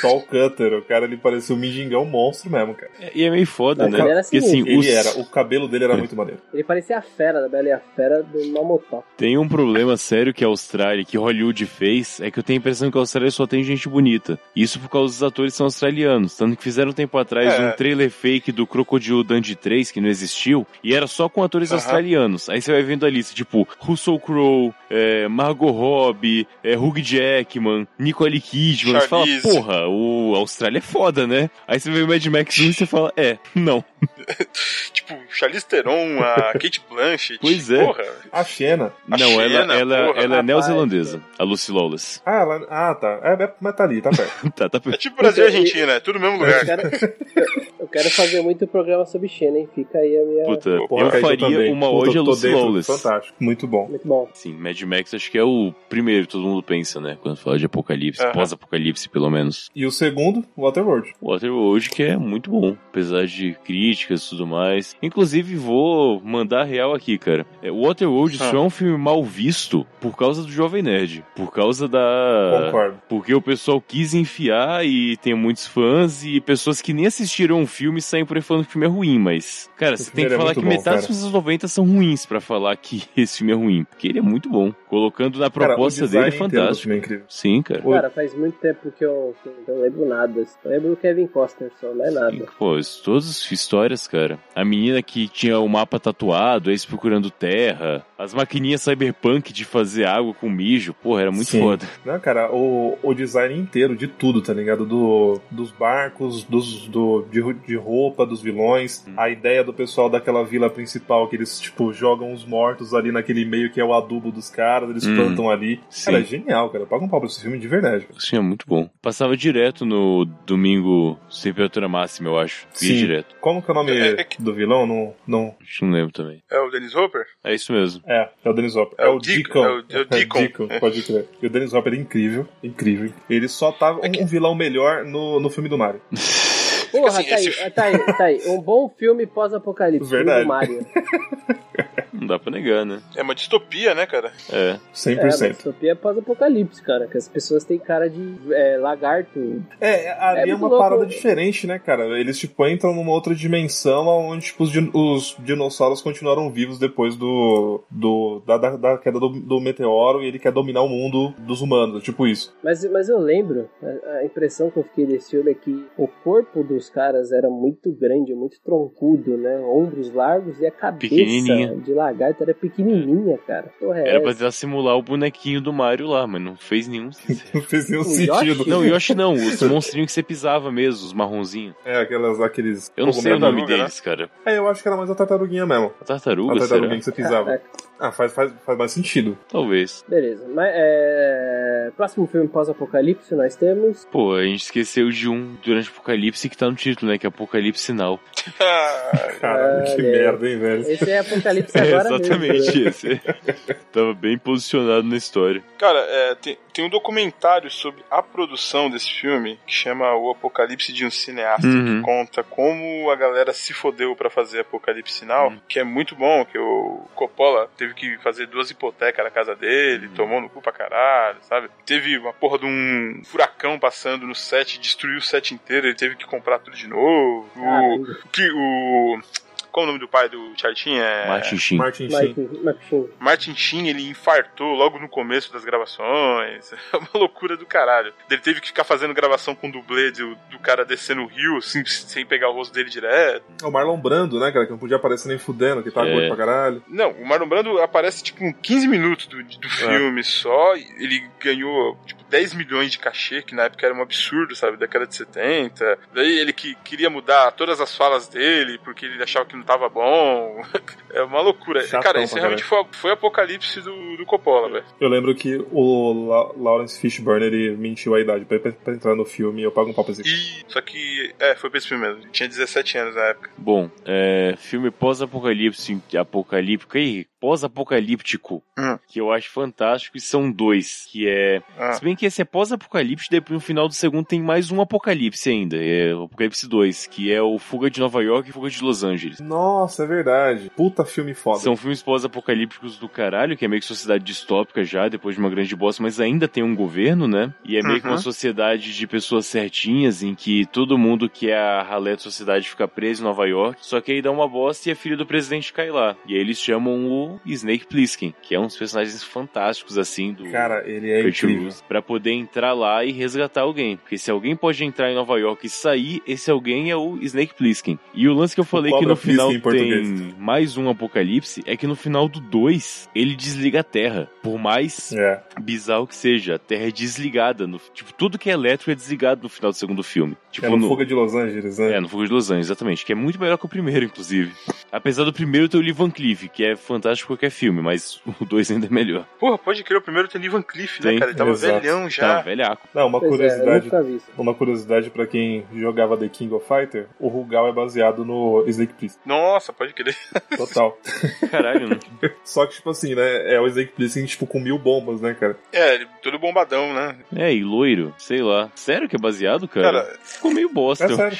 Speaker 3: Saul Cutter. O cara ele parecia um mendigão monstro mesmo, cara.
Speaker 5: E é meio foda,
Speaker 2: Mas
Speaker 5: né?
Speaker 2: ele era
Speaker 5: Porque assim,
Speaker 3: Ele
Speaker 5: os-
Speaker 3: era, o cabelo dele era muito maneiro.
Speaker 2: Ele parecia a fera da Bela e a Fera do Mamotó.
Speaker 5: Tem um problema sério que a Austrália, que Hollywood fez, é que eu tenho a impressão que a Austrália só tem gente bonita. Isso por causa dos atores que são australianos. Tanto que fizeram um tempo atrás
Speaker 4: É.
Speaker 5: um trailer fake do Crocodile Dundee 3, que não existiu, e era só com atores
Speaker 4: Aham.
Speaker 5: australianos. Aí você vai vendo a lista, tipo, Russell Crowe, é, Margot Robbie, é, Hugh Jackman, Nicole Kidman. Você fala,
Speaker 4: Charlize.
Speaker 5: porra, o a Austrália é foda, né? Aí você vê o Mad Max 1 e você fala, é, não.
Speaker 4: Tipo, Charlize Theron, a Kate Blanchett.
Speaker 5: Pois é.
Speaker 4: Porra.
Speaker 3: A Xena.
Speaker 4: A
Speaker 5: não, ela,
Speaker 4: Xena,
Speaker 5: ela,
Speaker 4: né? porra,
Speaker 5: ela é
Speaker 2: rapaz,
Speaker 5: neozelandesa, a Lucy Lawless.
Speaker 3: Ah, ela, ah tá. É, é- mas tá ali, tá perto.
Speaker 5: Tá, tá
Speaker 4: É tipo Brasil e
Speaker 2: Então, e-
Speaker 4: Argentina, é tudo no mesmo
Speaker 2: Eu
Speaker 4: lugar.
Speaker 2: quero, eu quero fazer muito programa sobre Xena, hein? Fica aí a
Speaker 3: É,
Speaker 2: minha...
Speaker 5: Puta,
Speaker 3: Porra,
Speaker 5: eu
Speaker 3: Kaido
Speaker 5: faria
Speaker 3: também.
Speaker 5: uma
Speaker 3: Puta,
Speaker 5: hoje a
Speaker 3: tô
Speaker 5: Lucy
Speaker 3: dentro.
Speaker 5: Lawless.
Speaker 3: Fantástico. Muito bom.
Speaker 2: Muito bom.
Speaker 5: Sim, Mad Max acho que é o primeiro que todo mundo pensa, né? Quando fala de apocalipse,
Speaker 4: Aham.
Speaker 5: pós-apocalipse, pelo menos.
Speaker 3: E o segundo, Waterworld.
Speaker 5: Waterworld que é muito bom, apesar de críticas e tudo mais. Inclusive, vou mandar a real aqui, cara. É, Waterworld
Speaker 4: Ah.
Speaker 5: só é um filme mal visto por causa do Jovem Nerd. Por causa da...
Speaker 3: Concordo.
Speaker 5: Porque o pessoal quis enfiar e tem muitos fãs e pessoas que nem assistiram o filme saem por aí falando que o filme é ruim, mas. Cara,
Speaker 3: Esse
Speaker 5: você tem que
Speaker 3: filme é
Speaker 5: falar
Speaker 3: muito
Speaker 5: que
Speaker 3: bom,
Speaker 5: metade dos
Speaker 3: cara.
Speaker 5: filmes dos 90 são ruins pra falar que esse filme é ruim. Porque ele é muito bom. Colocando na
Speaker 3: Cara, o
Speaker 5: proposta dele
Speaker 3: design
Speaker 5: é
Speaker 3: inteiro do
Speaker 5: fantástico.
Speaker 3: filme é incrível.
Speaker 5: Sim, cara.
Speaker 3: Oi.
Speaker 2: Cara, faz muito tempo que eu, que eu não lembro nada. Eu lembro do Kevin Costner só, não é nada.
Speaker 5: Pô, isso- todas as histórias, cara. A menina que tinha o mapa tatuado, eles procurando terra. As maquininhas cyberpunk de fazer água com mijo. Porra, era muito
Speaker 3: Sim.
Speaker 5: foda.
Speaker 3: Não, cara, o, o design inteiro de tudo, tá ligado? Do, dos barcos, dos, do, de, ru- de roupa, dos vilões.
Speaker 4: Uhum.
Speaker 3: A ideia do pessoal daquela vila principal, que eles, tipo, jogam os mortos ali naquele meio que é o adubo dos caras, eles
Speaker 4: Uhum.
Speaker 5: Hum.
Speaker 3: plantam ali.
Speaker 5: Sim.
Speaker 3: Cara, é genial, cara. Paga um pau pra esse filme de verdade. cara.
Speaker 5: Sim, é muito bom. Passava direto no domingo, temperatura máxima, eu acho. Ia
Speaker 3: Sim.
Speaker 5: direto.
Speaker 3: Como que é o nome
Speaker 4: É, é que-
Speaker 3: do vilão? Não, não.
Speaker 5: Acho que não lembro também.
Speaker 4: É o Dennis Hopper?
Speaker 5: É isso mesmo.
Speaker 3: É, é o Dennis Hopper.
Speaker 4: É o Deacon, é o- é o Deacon.
Speaker 3: pode crer. E o Dennis Hopper é incrível, incrível. Ele só tá
Speaker 4: É
Speaker 3: um, um vilão melhor no, no filme do Mario.
Speaker 2: Porra,
Speaker 4: assim,
Speaker 2: tá, aí,
Speaker 4: esse-
Speaker 2: tá aí, tá aí. Um bom filme pós-apocalipse. filme
Speaker 3: Verdade.
Speaker 2: do Mario.
Speaker 5: Não dá pra negar, né?
Speaker 4: É uma distopia, né, cara?
Speaker 5: É.
Speaker 2: É, mas
Speaker 3: 100%.
Speaker 2: distopia é pós-apocalipse, cara. Que as pessoas têm cara de é, lagarto.
Speaker 3: É, ali
Speaker 2: É
Speaker 3: é,
Speaker 2: muito
Speaker 3: uma
Speaker 2: louco.
Speaker 3: parada diferente, né, cara? Eles, tipo, entram numa outra dimensão onde, tipo, os, din- os dinossauros continuaram vivos depois do, do da, da- da queda do, do meteoro e ele quer dominar o mundo dos humanos, é tipo isso.
Speaker 2: Mas, mas eu lembro, a, a impressão que eu fiquei desse filme é que o corpo dos caras era muito grande, muito troncudo, né? Ombros largos e a cabeça
Speaker 5: Pequenininha.
Speaker 2: de lagarta era pequenininha, cara. Porra, é
Speaker 5: Era pra
Speaker 2: essa?
Speaker 5: tentar simular o bonequinho do Mario lá, mas não fez nenhum sentido.
Speaker 3: Não fez nenhum
Speaker 2: O
Speaker 3: sentido.
Speaker 2: Yoshi?
Speaker 5: Não, Yoshi não, os monstrinhos que você pisava mesmo, os marronzinhos.
Speaker 3: É, aquelas, aqueles.
Speaker 5: Eu não sei o
Speaker 3: cogumelos.
Speaker 5: nome
Speaker 4: tartaruga,
Speaker 5: deles, cara.
Speaker 3: É, eu acho que era mais a tartaruguinha mesmo.
Speaker 5: A
Speaker 3: a
Speaker 5: tartaruga,
Speaker 3: tartaruguinha
Speaker 5: será?
Speaker 3: que você pisava.
Speaker 2: Caraca.
Speaker 3: Ah, faz, faz, faz mais sentido.
Speaker 5: Talvez.
Speaker 2: Beleza. Mas, é... Próximo filme pós-apocalipse nós temos.
Speaker 5: Pô, a gente esqueceu de um durante o Apocalipse que tá no título, né? Que é Apocalipse Now.
Speaker 4: Ah,
Speaker 3: Caralho, que
Speaker 2: Olha aí.
Speaker 3: merda, hein, velho.
Speaker 2: Esse é apocalipse
Speaker 5: É,
Speaker 2: agora mesmo.
Speaker 5: exatamente esse. Tava bem posicionado na história.
Speaker 4: Cara, é, tem, tem um documentário sobre a produção desse filme que chama O Apocalipse de um Cineasta.
Speaker 5: Uhum.
Speaker 4: Conta como a galera se fodeu pra fazer Apocalipse Sinal, que é muito bom, que o Coppola teve que fazer duas hipotecas na casa dele, tomou no cu pra caralho, sabe? Teve uma porra de um furacão passando no set, destruiu o set inteiro, ele teve que comprar tudo de novo.
Speaker 2: Ah,
Speaker 4: O,
Speaker 2: Caramba.
Speaker 4: que, o, qual é o nome do pai do Chartin? É...
Speaker 5: Martin Sheen.
Speaker 3: Martin Sheen.
Speaker 2: Mas, mas, enfim,
Speaker 4: Martin Sheen, ele infartou logo no começo das gravações. É uma loucura do caralho. Ele teve que ficar fazendo gravação com dublê do, do cara descendo o rio sem, sem pegar o rosto dele direto.
Speaker 3: É o Marlon Brando, né, cara? Que não podia aparecer nem fudendo, que tava
Speaker 5: É.
Speaker 3: gordo pra caralho.
Speaker 4: Não, o Marlon Brando aparece tipo em 15 minutos do,
Speaker 3: É.
Speaker 4: do filme só. e Ele ganhou tipo 10 milhões de cachê, que na época era um absurdo, sabe? Década de 70. Daí ele que queria mudar todas as falas dele porque ele achava que não tava bom. É uma loucura.
Speaker 3: Chatão
Speaker 4: cara, esse
Speaker 3: pra É.
Speaker 4: realmente foi, foi o apocalipse do, do Coppola, velho.
Speaker 3: Eu lembro que o La- Lawrence Fishburne, ele mentiu a idade pra, pra- pra entrar no filme. Eu pago um pau pra esse
Speaker 4: E. Só que. É, foi pra esse filme mesmo. Tinha 17 anos na época.
Speaker 5: Bom, é, filme pós-apocalipse, apocalíptico e pós-apocalíptico,
Speaker 4: Hum.
Speaker 5: que eu acho fantástico, e são dois, que é...
Speaker 4: Ah.
Speaker 5: Se bem que esse é pós-apocalipse, depois no final do segundo tem mais um apocalipse ainda, é o Apocalipse 2, que é o Fuga de Nova York e Fuga de Los Angeles.
Speaker 3: Nossa, é verdade. Puta filme foda.
Speaker 5: São filmes pós-apocalípticos do caralho, que é meio que sociedade distópica já, depois de uma grande bosta, mas ainda tem um governo, né? E é meio que uma
Speaker 4: Uhum.
Speaker 5: sociedade de pessoas certinhas, em que todo mundo que é a ralé da sociedade fica preso em Nova York, só que aí dá uma bosta e a filha do presidente cai lá. E aí eles chamam o Snake Plissken, que é um dos personagens fantásticos, assim, do...
Speaker 3: Cara, ele é
Speaker 5: Kurt
Speaker 3: incrível.
Speaker 5: Russell, Pra poder entrar lá e resgatar alguém. Porque se alguém pode entrar em Nova York e sair, esse alguém é o Snake Plissken. E o lance que eu falei é que
Speaker 3: Cobra
Speaker 5: no final
Speaker 3: Plissken em português.
Speaker 5: tem mais um apocalipse é que no final do 2 ele desliga a Terra. Por mais
Speaker 3: É.
Speaker 5: bizarro que seja, a Terra é desligada. No, tipo, tudo que é elétrico é desligado no final do segundo filme. Tipo,
Speaker 3: É no Fuga de Los Angeles, né?
Speaker 5: é, no Fogo de Los Angeles, exatamente. Que é muito melhor que o primeiro, inclusive. Apesar do primeiro ter o Lee Van Cleef, que é fantástico qualquer filme, mas o 2 ainda é melhor.
Speaker 4: Porra, pode crer, o primeiro tem Ivan Cliff, né,
Speaker 5: Tem.
Speaker 4: cara? Ele tava
Speaker 3: Exato.
Speaker 4: velhão
Speaker 5: Tá,
Speaker 4: já.
Speaker 5: velhaco.
Speaker 3: Não, uma
Speaker 2: pois é, eu
Speaker 3: curiosidade.
Speaker 2: nunca vi isso.
Speaker 3: Uma curiosidade pra quem jogava The King of Fighter, o Rugal é baseado no Snake Plissken,
Speaker 4: Nossa, pode crer.
Speaker 3: total.
Speaker 5: Caralho, né? não
Speaker 3: Só que, tipo assim, né, é o Snake Plissken, tipo, com mil bombas, né, cara?
Speaker 4: É, ele todo bombadão, né?
Speaker 5: É, e loiro, sei lá. Sério que é baseado, cara?
Speaker 4: Cara,
Speaker 5: Ficou meio bosta.
Speaker 3: É sério.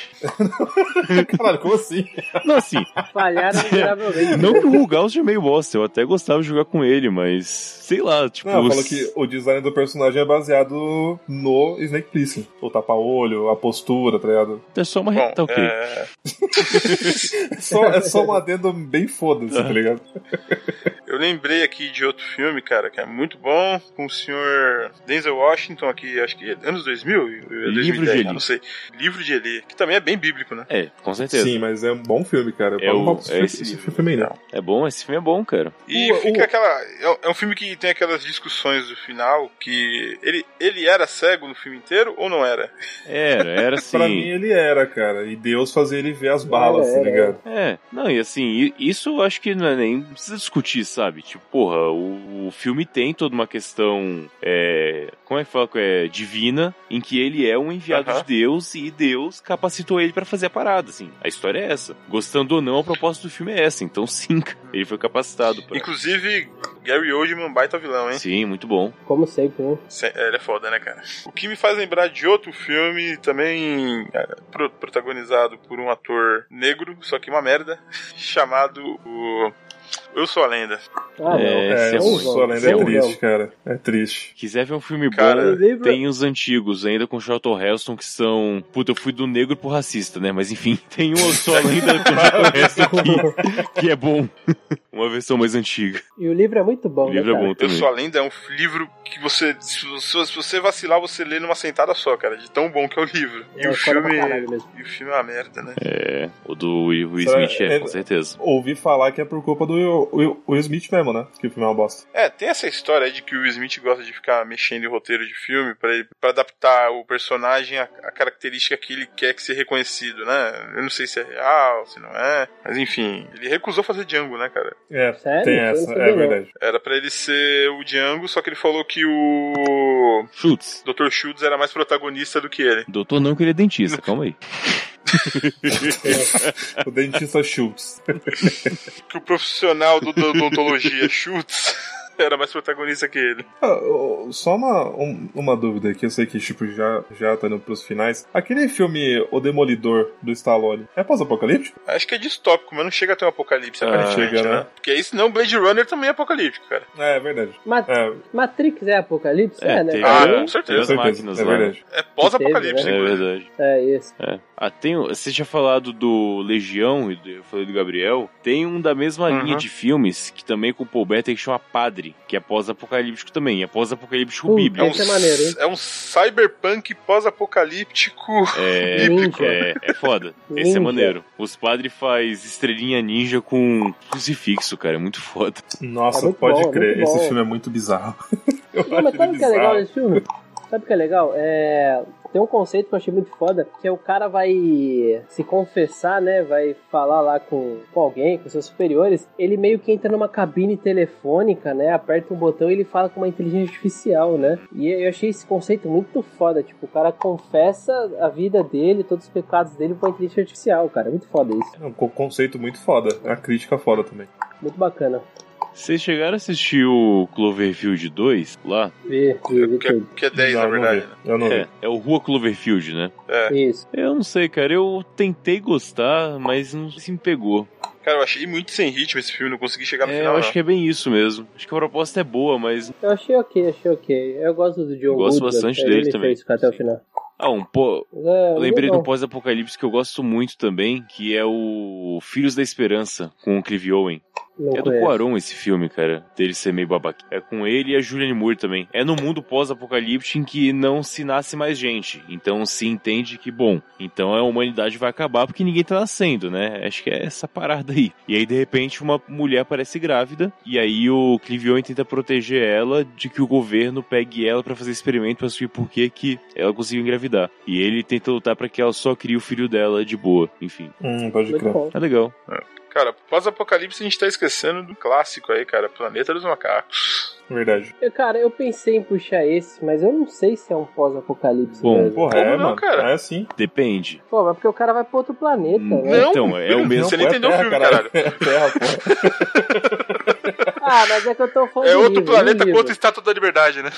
Speaker 3: Caralho, como assim?
Speaker 5: Não, assim,
Speaker 2: Falharam miseravelmente.
Speaker 5: não que o Rugal seja meio bosta, eu até gostava de jogar com ele, mas sei lá, tipo.
Speaker 3: Não, falou
Speaker 5: s-
Speaker 3: que o design do personagem é baseado no Snake Plissken. O tapa-olho, a postura, tá ligado?
Speaker 5: É só uma.
Speaker 4: bom,
Speaker 5: Re... Tá ok.
Speaker 4: é,
Speaker 3: É só, é só um adendo bem foda-se, tá ligado?
Speaker 4: eu lembrei aqui de outro filme, cara, que é muito bom, com o senhor Denzel Washington aqui, acho que é anos 2000,
Speaker 5: Livro de
Speaker 4: 2010,
Speaker 5: Eli.
Speaker 4: não sei. Livro de Eli, que também é bem bíblico, né?
Speaker 5: É, com certeza.
Speaker 3: Sim, mas é um bom filme, cara.
Speaker 5: É
Speaker 3: Eu
Speaker 5: o-
Speaker 3: pago um pau pra
Speaker 5: é
Speaker 3: esse,
Speaker 5: esse
Speaker 3: esse
Speaker 5: livro.
Speaker 3: filme aí, né?
Speaker 5: É bom, esse filme é bom, cara.
Speaker 4: E
Speaker 3: O-
Speaker 4: fica
Speaker 3: o-
Speaker 4: aquela. É um- é um filme que tem aquelas discussões do final que. Ele, ele era cego no filme inteiro ou não era?
Speaker 5: Era, era assim.
Speaker 3: Pra mim ele era, cara. E Deus fazia ele ver as balas,
Speaker 2: Era,
Speaker 3: tá
Speaker 2: era.
Speaker 3: ligado?
Speaker 5: É, não, e assim, i- isso eu acho que não é nem precisa discutir, sabe? Tipo, porra, o, o filme tem toda uma questão, é, como é que fala, é, divina, em que ele é um enviado
Speaker 4: Aham.
Speaker 5: de Deus e Deus capacitou ele pra fazer a parada, assim. A história é essa. Gostando ou não, a proposta do filme é essa. Então, sim, cara, ele foi capacitado pra...
Speaker 4: Inclusive, Gary Oldman é um baita vilão, hein?
Speaker 5: Sim, muito bom.
Speaker 2: Como sempre, né?
Speaker 4: Se- é, Ele é foda, né, cara? O que me faz lembrar de outro filme também é, pro- protagonizado por um ator negro, só que uma merda, chamado o Eu Sou a Lenda.
Speaker 2: Ah,
Speaker 5: É, esse
Speaker 3: É,
Speaker 5: é
Speaker 3: eu
Speaker 5: ruim.
Speaker 3: sou a lenda,
Speaker 5: Esse é
Speaker 3: é
Speaker 5: ruim.
Speaker 3: triste, cara. É triste.
Speaker 5: Quiser ver um filme bom,
Speaker 4: Cara,
Speaker 5: tem os antigos, ainda com Charlton Heston, que são... Puta, eu fui do negro pro racista, né? Mas enfim, tem um só ainda com Charlton
Speaker 2: é
Speaker 5: Heston que... que é bom. Uma versão mais antiga.
Speaker 2: E o livro é muito bom,
Speaker 5: O
Speaker 2: né,
Speaker 5: livro é
Speaker 2: cara?
Speaker 5: bom
Speaker 4: Eu
Speaker 5: também.
Speaker 4: Sou a Lenda é um livro que você. Se você- se você vacilar, você lê numa sentada só, cara. De tão bom que é o livro. E
Speaker 2: É
Speaker 4: o
Speaker 2: foda pra
Speaker 4: filme.
Speaker 2: caralho mesmo.
Speaker 4: E o filme é uma merda, né?
Speaker 5: É, o do Will
Speaker 3: Será-
Speaker 5: Smith é,
Speaker 3: é-
Speaker 5: com certeza.
Speaker 3: Ouvi falar que é por culpa do o, o, o Will Smith mesmo, né? Que o filme é uma bosta.
Speaker 4: É, tem essa história aí de que o Will Smith gosta de ficar mexendo em roteiro de filme pra, ele- pra adaptar o personagem à, à característica que ele quer que seja reconhecido, né? Eu não sei se é real, se não é. Mas enfim, ele recusou fazer Django, né, cara?
Speaker 3: É,
Speaker 2: Sério?
Speaker 3: tem
Speaker 2: Eu não
Speaker 3: essa,
Speaker 2: sabia
Speaker 3: é
Speaker 2: não.
Speaker 3: verdade.
Speaker 4: Era pra ele ser o Django, só que ele falou que o
Speaker 5: Schultz.
Speaker 4: Dr. Schultz era mais protagonista do que ele.
Speaker 5: Doutor não, que ele é dentista, calma aí.
Speaker 3: O dentista Schultz.
Speaker 4: Que o profissional do, da odontologia Schultz era mais protagonista que ele.
Speaker 3: Ah, ô, Só uma, um- uma dúvida aqui, eu sei que tipo, já, já tá indo pros finais. Aquele filme O Demolidor do Stallone é pós-apocalíptico?
Speaker 4: Acho que é distópico, mas não chega a ter um apocalipse,
Speaker 5: Ah,
Speaker 4: aparentemente,
Speaker 3: chega,
Speaker 4: né?
Speaker 3: né?
Speaker 4: Porque aí, senão, Blade Runner também é apocalíptico, cara.
Speaker 3: É, é verdade.
Speaker 2: Ma-
Speaker 3: É,
Speaker 2: Matrix é Apocalipse? É, né?
Speaker 5: tem,
Speaker 4: Ah,
Speaker 5: é,
Speaker 4: com certeza.
Speaker 5: tem as
Speaker 3: certeza,
Speaker 5: máquinas
Speaker 3: é
Speaker 5: lá. né?
Speaker 3: verdade.
Speaker 4: É pós-apocalipse,
Speaker 5: É
Speaker 4: inclusive.
Speaker 5: verdade.
Speaker 2: É isso.
Speaker 5: É. Ah, tem, o- você tinha falado do Legião, e do- eu falei do Gabriel. Tem um da mesma
Speaker 4: Uhum.
Speaker 5: linha de filmes, que também é com o Paul Bettany, que chama Padre, que é pós-apocalíptico também. É pós-apocalíptico
Speaker 2: Puta.
Speaker 4: É
Speaker 5: bíblico.
Speaker 4: um,
Speaker 2: Esse é maneiro, hein?
Speaker 4: é um cyberpunk pós-apocalíptico.
Speaker 5: É,
Speaker 2: Ninja.
Speaker 5: é, é foda. Esse
Speaker 2: Ninja.
Speaker 5: é maneiro. Os padres faz estrelinha ninja com crucifixo, cara. É muito foda.
Speaker 3: Nossa,
Speaker 2: muito
Speaker 3: pode
Speaker 2: bom, é
Speaker 3: crer.
Speaker 2: muito
Speaker 3: Esse
Speaker 2: bom.
Speaker 3: filme é muito bizarro. Eu
Speaker 2: Não, mas sabe o
Speaker 3: acho ele
Speaker 2: que é
Speaker 3: bizarro.
Speaker 2: legal desse filme? Sabe o que é legal? É, Tem um conceito que eu achei muito foda, que é o cara vai se confessar, né? Vai falar lá com, com alguém, com seus superiores. Ele meio que entra numa cabine telefônica, né? Aperta um botão e ele fala com uma inteligência artificial, né? E eu achei esse conceito muito foda. Tipo, o cara confessa a vida dele, todos os pecados dele com a inteligência artificial, cara. Muito foda isso.
Speaker 3: É um co- conceito muito foda. É uma crítica foda também.
Speaker 2: Muito bacana.
Speaker 5: Vocês chegaram a assistir o Cloverfield 2 lá?
Speaker 2: Vi, vi, vi
Speaker 4: Que é,
Speaker 2: tudo.
Speaker 4: que é 10, na
Speaker 3: Não, não
Speaker 4: verdade. né?
Speaker 3: vi. Eu não
Speaker 5: É,
Speaker 3: vi.
Speaker 5: é o Rua Cloverfield, né?
Speaker 2: Isso.
Speaker 5: Eu não sei, cara. Eu tentei gostar, mas não se me pegou.
Speaker 4: Cara, eu achei muito sem ritmo esse filme, não consegui chegar no
Speaker 5: É,
Speaker 4: final.
Speaker 5: eu acho
Speaker 4: não.
Speaker 5: que é bem isso mesmo. Acho que a proposta é boa, mas
Speaker 2: Eu achei ok, achei ok. Eu gosto do John
Speaker 5: Gosto
Speaker 2: Goodman,
Speaker 5: bastante
Speaker 2: ele
Speaker 5: dele
Speaker 2: me
Speaker 5: também.
Speaker 2: fez ficar até o
Speaker 5: Sim.
Speaker 2: final.
Speaker 5: Ah, um pô.
Speaker 2: Mas é,
Speaker 5: Eu lembrei de
Speaker 2: legal.
Speaker 5: um pós-apocalipse que eu gosto muito também, que é o Filhos da Esperança, com o Clive Owen.
Speaker 2: Não
Speaker 5: é do
Speaker 2: conheço.
Speaker 5: Cuarón esse filme, cara, dele ser meio babaca. É com ele e a Julianne Moore também. É no mundo pós-apocalipse em que não se nasce mais gente. Então se entende que, bom, então a humanidade vai acabar porque ninguém tá nascendo, né? Acho que é essa parada aí. E aí, de repente, uma mulher aparece grávida e aí o Clive Owen tenta proteger ela de que o governo pegue ela pra fazer experimento pra descobrir por que que ela conseguiu engravidar. E ele tenta lutar pra que ela só crie o filho dela de boa. Enfim,
Speaker 3: Hum, pode
Speaker 2: Muito
Speaker 3: crer.
Speaker 2: bom.
Speaker 5: é legal.
Speaker 4: Cara, pós-apocalipse a gente tá esquecendo do clássico aí, cara. Planeta dos Macacos.
Speaker 3: Verdade.
Speaker 2: Eu, cara, eu pensei em puxar esse, mas eu não sei se é um pós-apocalipse
Speaker 5: Bom,
Speaker 2: mesmo.
Speaker 3: Porra,
Speaker 4: Como
Speaker 3: é,
Speaker 4: não,
Speaker 3: mano.
Speaker 4: cara?
Speaker 3: É sim.
Speaker 5: Depende.
Speaker 2: Pô, mas porque o cara vai pra outro planeta, né?
Speaker 4: Não,
Speaker 5: então, é o mesmo.
Speaker 4: Você não
Speaker 3: pô, é
Speaker 4: entendeu o filme,
Speaker 3: É terra, porra.
Speaker 2: Ah, mas é que eu tô falando
Speaker 4: É
Speaker 2: do
Speaker 4: outro
Speaker 2: livro,
Speaker 4: planeta
Speaker 2: do
Speaker 4: com
Speaker 2: livro.
Speaker 4: outra estátua da liberdade, né?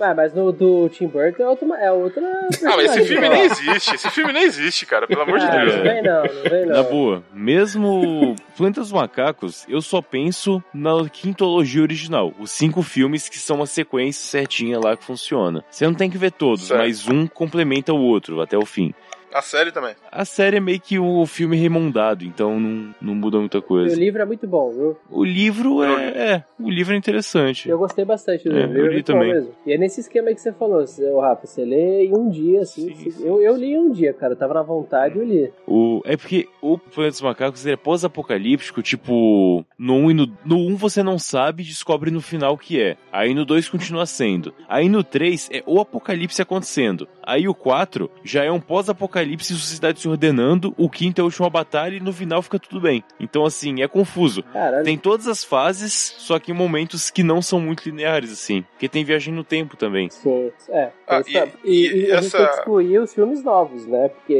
Speaker 2: Ah, mas no do Tim Burton é outra... É outra
Speaker 4: Ah, mas esse
Speaker 2: personagem,
Speaker 4: filme
Speaker 2: né?
Speaker 4: nem existe. Esse filme nem existe, cara. Pelo
Speaker 5: É.
Speaker 4: amor de
Speaker 2: Ah,
Speaker 4: Deus.
Speaker 2: não vem não, não vem não.
Speaker 5: Na boa, mesmo Planeta dos Macacos, eu só penso na quintologia original. Os cinco filmes que são uma sequência certinha lá que funciona. Você não tem que ver todos,
Speaker 4: Certo.
Speaker 5: mas um complementa o outro até o fim.
Speaker 4: A série também.
Speaker 5: A série é meio que o filme remondado, então não, não muda muita
Speaker 2: E o
Speaker 5: coisa.
Speaker 2: livro é muito bom, viu?
Speaker 5: O livro é, é, O livro é interessante.
Speaker 2: Eu gostei bastante do
Speaker 5: É,
Speaker 2: livro.
Speaker 5: eu
Speaker 2: É
Speaker 5: li
Speaker 2: muito
Speaker 5: também.
Speaker 2: Bom mesmo. E é nesse esquema aí que você falou, seu Rafa. Você lê em um dia, assim.
Speaker 5: Sim,
Speaker 2: assim.
Speaker 5: sim.
Speaker 2: Eu, eu li em um dia, cara. Eu tava na vontade, eu li.
Speaker 5: O, é porque o Planeta dos Macacos ele é pós-apocalíptico, tipo, no 1 um e no, no um você não sabe e descobre no final que é. Aí no 2 continua sendo. Aí no 3 é o apocalipse acontecendo. Aí o 4 já é um pós-apocalipse, sociedade se ordenando, o quinto é a última batalha e no final fica tudo bem. Então assim, é confuso.
Speaker 2: Caralho.
Speaker 5: Tem todas as fases, só que em momentos que não são muito lineares assim, porque tem viagem no tempo também.
Speaker 2: Sim, é.
Speaker 4: Ah,
Speaker 2: é isso mesmo.
Speaker 4: e-
Speaker 2: e,
Speaker 4: e
Speaker 2: e a gente
Speaker 4: essa-
Speaker 2: tem que excluir os filmes novos, né? Porque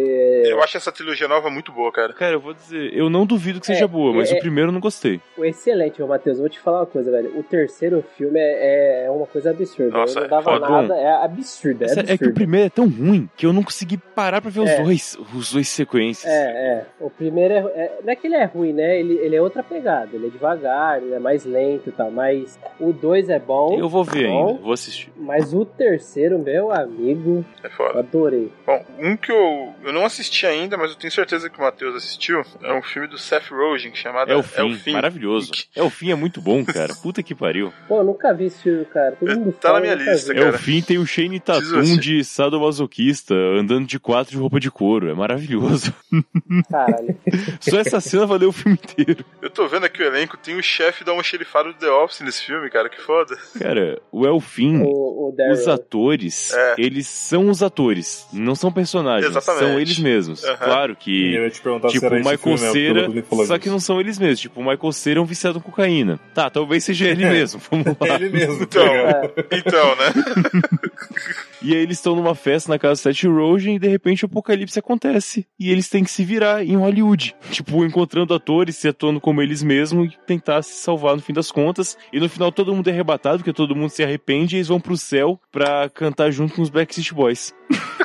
Speaker 4: Eu acho essa trilogia nova muito boa, cara.
Speaker 5: Cara, eu vou dizer, eu não duvido que seja
Speaker 2: É,
Speaker 5: boa, mas
Speaker 2: é-
Speaker 5: o primeiro eu não gostei.
Speaker 2: o excelente, ô, Matheus, eu vou te falar uma coisa, velho. O terceiro filme é, é uma coisa absurda.
Speaker 4: Nossa,
Speaker 2: eu
Speaker 4: é
Speaker 2: não dava
Speaker 5: foda.
Speaker 2: nada, é absurda, é
Speaker 5: Essa- é que o
Speaker 2: absurda.
Speaker 5: primeiro é tão ruim que eu não consegui parar pra ver
Speaker 2: É.
Speaker 5: os dois, os dois sequências.
Speaker 2: É, é. O primeiro é, é. Não é que ele é ruim, né? Ele, ele é outra pegada. Ele é devagar, ele é mais lento e tal. Mas o dois é bom.
Speaker 5: Eu vou ver
Speaker 2: bom,
Speaker 5: ainda, vou assistir.
Speaker 2: Mas o terceiro, meu amigo,
Speaker 4: É foda.
Speaker 2: adorei.
Speaker 4: Bom, um que eu, eu não assisti ainda, mas eu tenho certeza que o Matheus assistiu, é um filme do Seth Rogen chamado
Speaker 5: É o fim, maravilhoso.
Speaker 4: Que-
Speaker 5: É o fim, é muito bom, cara. Puta que pariu.
Speaker 2: Pô, eu nunca vi esse filme, cara. Todo mundo
Speaker 4: Tá na
Speaker 2: fala,
Speaker 4: minha
Speaker 2: eu nunca
Speaker 4: lista,
Speaker 2: vi.
Speaker 5: É o
Speaker 4: Cara,
Speaker 5: fim, tem o Shane
Speaker 4: preciso
Speaker 5: Tatum
Speaker 4: assistir.
Speaker 5: de sadomasoquista andando de quatro de roupa roupa de couro. É maravilhoso.
Speaker 2: Caralho.
Speaker 5: Só essa cena valeu o filme inteiro.
Speaker 4: Eu tô vendo aqui o elenco, tem o chefe da xerifada do The Office nesse filme, cara, que foda.
Speaker 5: Cara, o Elfin,
Speaker 2: O, o Daryl.
Speaker 5: os atores,
Speaker 4: É.
Speaker 5: eles são os atores, não são personagens.
Speaker 4: Exatamente.
Speaker 5: São eles mesmos.
Speaker 4: Aham. Uhum.
Speaker 5: Claro
Speaker 3: E
Speaker 5: que.
Speaker 3: eu ia te perguntar se
Speaker 5: Tipo,
Speaker 3: era
Speaker 5: o
Speaker 3: esse
Speaker 5: Michael
Speaker 3: filme mesmo,
Speaker 5: Cera,
Speaker 3: pelo falou
Speaker 5: só que não
Speaker 3: disso.
Speaker 5: são eles mesmos. Tipo, o Michael Cera é um viciado em cocaína. Tá, talvez seja ele mesmo, vamos
Speaker 3: É
Speaker 5: lá.
Speaker 3: ele mesmo, tá
Speaker 4: Então,
Speaker 3: ligado?
Speaker 4: Então, né?
Speaker 5: E aí eles estão numa festa na casa do Seth Rogen e de repente o apocalipse acontece. E eles têm que se virar em Hollywood. Tipo, encontrando atores, se atuando como eles mesmos e tentar se salvar no fim das contas. E no final todo mundo é arrebatado, porque todo mundo se arrepende e eles vão pro céu pra cantar junto com os Backstreet Boys.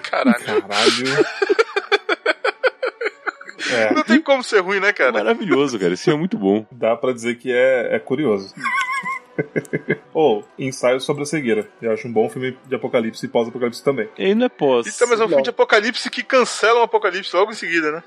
Speaker 4: Caralho.
Speaker 3: Caralho. É,
Speaker 4: Não tem como ser ruim, né, cara?
Speaker 5: Maravilhoso, cara. Isso é muito bom.
Speaker 3: dá pra dizer que é, é curioso. Ou, Ensaio sobre a Cegueira. Eu acho um bom filme de apocalipse e pós-apocalipse também.
Speaker 5: E aí não é pós.
Speaker 4: Então, mas é um filme de apocalipse que cancela um apocalipse logo em seguida, né?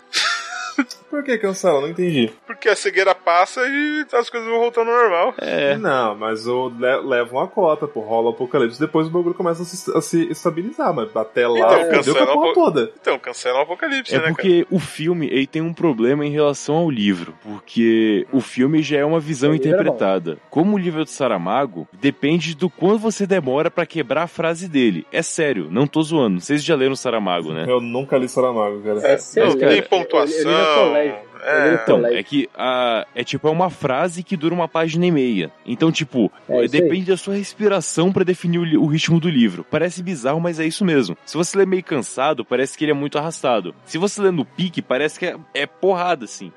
Speaker 3: Por que cancela? Não entendi.
Speaker 4: Porque a cegueira passa e as coisas vão voltando ao normal.
Speaker 5: É.
Speaker 3: Não, mas eu le levam a cota, pô. Rola o apocalipse. Depois o bagulho começa a se, a se estabilizar, mas até lá
Speaker 4: Então,
Speaker 3: fudeu com
Speaker 4: cancela
Speaker 3: a porra
Speaker 4: o-
Speaker 3: toda.
Speaker 4: Então, cancela o apocalipse,
Speaker 5: É
Speaker 4: né, cara?
Speaker 5: porque o filme ele tem um problema em relação ao livro, porque o filme já é uma visão
Speaker 2: O livro é bom.
Speaker 5: interpretada. Como o livro é do Saramago, depende do quanto você demora pra quebrar a frase dele. É sério, não tô zoando. Vocês já leram Saramago, né?
Speaker 3: Eu nunca li Saramago, cara.
Speaker 2: É
Speaker 4: Não,
Speaker 2: excelente.
Speaker 4: tem
Speaker 2: Eu, eu li no
Speaker 4: pontuação.
Speaker 2: colégio.
Speaker 4: É.
Speaker 2: Eu li no
Speaker 5: Então,
Speaker 2: colégio.
Speaker 5: é que a, é tipo é uma frase que dura uma página e meia. Então, tipo,
Speaker 2: É isso aí.
Speaker 5: depende da sua respiração pra definir o, li- o ritmo do livro. Parece bizarro, mas é isso mesmo. Se você lê meio cansado, parece que ele é muito arrastado. Se você lê no pique, parece que é, é porrada, assim.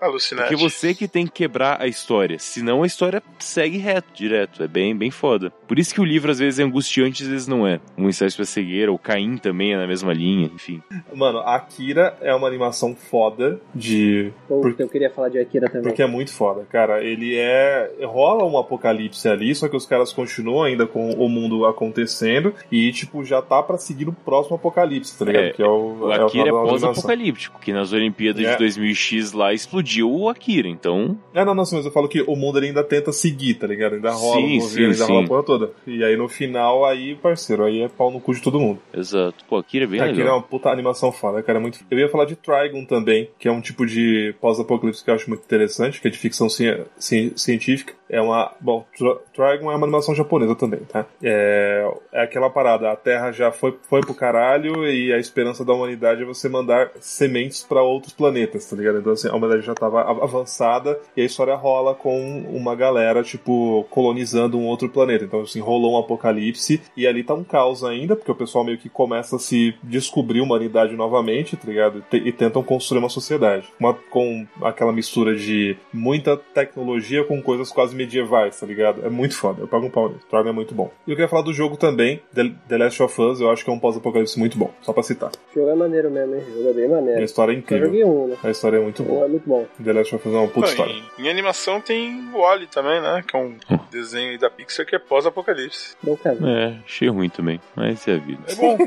Speaker 4: Alucinante.
Speaker 5: Porque você que tem que quebrar a história, senão a história segue reto, direto, é bem, bem foda. Por isso que o livro às vezes é angustiante, às vezes não é. Um ensaio pra cegueira, o Caim também é na mesma linha, enfim.
Speaker 3: Mano, Akira é uma animação foda de
Speaker 2: Pô,
Speaker 3: por-
Speaker 2: eu queria falar de Akira também.
Speaker 3: Porque é muito foda, cara. Ele é. rola um apocalipse ali, só que os caras continuam ainda com o mundo acontecendo e, tipo, já tá pra seguir o próximo apocalipse, tá ligado?
Speaker 5: É,
Speaker 3: que é o.
Speaker 5: O
Speaker 3: é
Speaker 5: Akira
Speaker 3: o
Speaker 5: é
Speaker 3: final da organização.
Speaker 5: pós-apocalíptico, que nas Olimpíadas
Speaker 3: É.
Speaker 5: de 2000X lá explodiu o Akira, então
Speaker 3: É, não, não, sim, mas eu falo que o mundo ele ainda tenta seguir, tá ligado? Ainda rola,
Speaker 5: Sim,
Speaker 3: o governo,
Speaker 5: sim,
Speaker 3: ainda rola a
Speaker 5: sim.
Speaker 3: porra toda. E aí no final, aí, parceiro, aí é pau no cu de todo mundo.
Speaker 5: Exato. Pô, Akira é bem
Speaker 3: Akira é
Speaker 5: legal.
Speaker 3: uma puta animação foda, cara. é Muito... Eu ia falar de Trigon também, que é um tipo de pós-apocalipse que eu acho muito interessante, que é de ficção ci- ci- científica. É uma. Bom, Tri- Trigon é uma animação japonesa também, tá? É, é aquela parada, a Terra já foi, foi pro caralho e a esperança da humanidade é você mandar sementes pra outros planetas, tá ligado? Então, assim, a humanidade já tava av- avançada e a história rola com uma galera, tipo, colonizando um outro planeta. Então, assim, rolou um apocalipse e ali tá um caos ainda, porque o pessoal meio que começa a se descobrir humanidade novamente, tá ligado? E, te- e tentam construir uma sociedade. Uma, com aquela mistura de muita tecnologia com coisas quase medievais, tá ligado? É muito foda. Eu pago um pau nisso. Dragon é muito bom. E eu queria falar do jogo também, The, The Last of Us, eu acho que é um pós-apocalipse muito bom. Só pra citar.
Speaker 2: O jogo é maneiro mesmo, hein? O jogo é bem
Speaker 3: A
Speaker 2: maneiro.
Speaker 3: história é
Speaker 2: Eu
Speaker 3: incrível.
Speaker 2: joguei um, né?
Speaker 3: A história é muito
Speaker 2: Um
Speaker 3: boa.
Speaker 2: é muito bom.
Speaker 3: The Last of Us é uma puta
Speaker 4: Não,
Speaker 3: história.
Speaker 4: em, em animação tem o Wally também, né? Que é um
Speaker 5: Hum.
Speaker 4: desenho aí da Pixar que é pós-apocalipse.
Speaker 2: Nunca vi.
Speaker 5: É, achei ruim também, mas é a vida.
Speaker 4: É bom.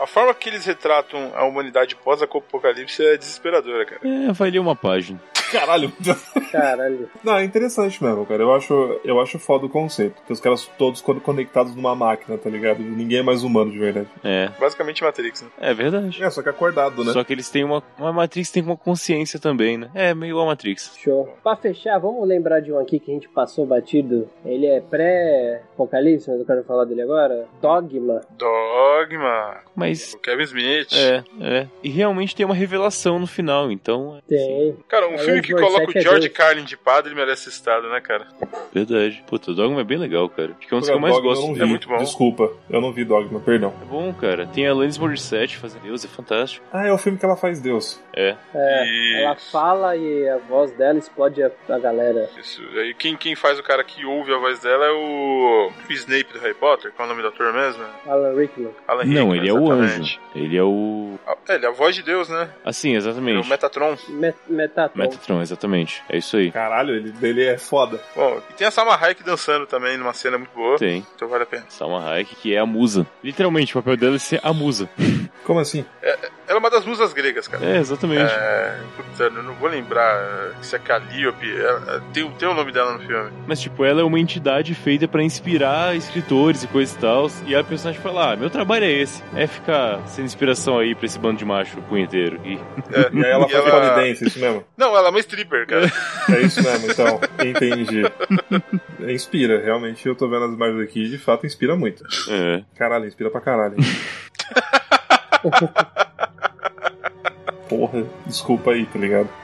Speaker 4: a forma que eles retratam a humanidade pós-apocalipse é desesperadora, cara.
Speaker 5: É, valia uma página.
Speaker 3: Caralho!
Speaker 2: Caralho.
Speaker 3: Não, é interessante mesmo, cara. Eu acho, eu acho foda o conceito. Que os caras todos quando conectados numa máquina, tá ligado? Ninguém é mais humano de verdade.
Speaker 5: É,
Speaker 4: Basicamente Matrix, né?
Speaker 5: é verdade.
Speaker 3: É, só que acordado, né?
Speaker 5: Só que eles têm uma. A Matrix tem uma consciência também, né? É, meio a Matrix.
Speaker 2: Show. Pra fechar, vamos lembrar de um aqui que a gente passou batido. Ele é pré-apocalipse, mas eu quero falar dele agora. Dogma.
Speaker 4: Dogma.
Speaker 5: Mas.
Speaker 4: O Kevin Smith.
Speaker 5: É, é. E realmente tem uma revelação no final, então.
Speaker 2: Tem.
Speaker 4: Cara, um
Speaker 2: É,
Speaker 4: filme que
Speaker 2: Lord
Speaker 4: coloca
Speaker 2: Sete
Speaker 4: o
Speaker 2: é
Speaker 4: George
Speaker 2: Deus.
Speaker 4: Carlin de padre ele merece estado, né, cara?
Speaker 5: Verdade. Puta, o Dogma é bem legal, cara. Acho que é um dos
Speaker 3: Dogma
Speaker 5: que eu mais
Speaker 3: Eu não
Speaker 5: gosto.
Speaker 3: vi.
Speaker 4: É muito bom.
Speaker 3: Desculpa, eu não vi Dogma, perdão.
Speaker 5: É bom, cara. Tem a Alanis Morissette fazendo Deus, é fantástico.
Speaker 3: Ah, é o filme que ela faz Deus.
Speaker 5: É.
Speaker 2: É.
Speaker 4: E-
Speaker 2: Ela fala e a voz dela explode a, a galera.
Speaker 4: Isso. Aí quem, quem faz o cara que ouve a voz dela é o o Snape do Harry Potter, qual é o nome do ator mesmo?
Speaker 2: Alan Rickman.
Speaker 4: Alan
Speaker 5: Não,
Speaker 4: Rickman,
Speaker 5: ele é o anjo.
Speaker 4: exatamente.
Speaker 5: Ele é o.
Speaker 4: Ah, Ele é a voz de Deus, né?
Speaker 5: Assim,
Speaker 4: Ele é o
Speaker 5: exatamente.
Speaker 4: Metatron.
Speaker 2: Met Metatron.
Speaker 5: Metatron, exatamente. É isso aí.
Speaker 3: Caralho, ele, ele é foda.
Speaker 4: Bom, e tem a Salma Hayek dançando também numa cena muito boa,
Speaker 5: Tem.
Speaker 4: então vale a pena.
Speaker 5: Salma Hayek, que é a musa. Literalmente, o papel dela é ser a musa.
Speaker 3: Como assim?
Speaker 4: Ela uma das musas gregas, cara.
Speaker 5: É, exatamente.
Speaker 4: É, puta, eu não vou lembrar se é Calliope. é- é- tem, tem o nome dela no filme.
Speaker 5: Mas, tipo, ela é uma entidade feita pra inspirar escritores e coisas e tal. E aí o personagem fala: Ah, meu trabalho é esse. É ficar sendo inspiração aí pra esse bando de macho punheteiro. E
Speaker 4: É,
Speaker 3: E aí ela faz polidense, isso mesmo?
Speaker 4: Não, ela é uma stripper, cara.
Speaker 3: É isso mesmo, então. Entendi. É, Inspira, realmente. Eu tô vendo as imagens aqui e de fato inspira muito.
Speaker 5: É.
Speaker 3: Caralho, inspira pra caralho. Porra, desculpa aí, tá ligado?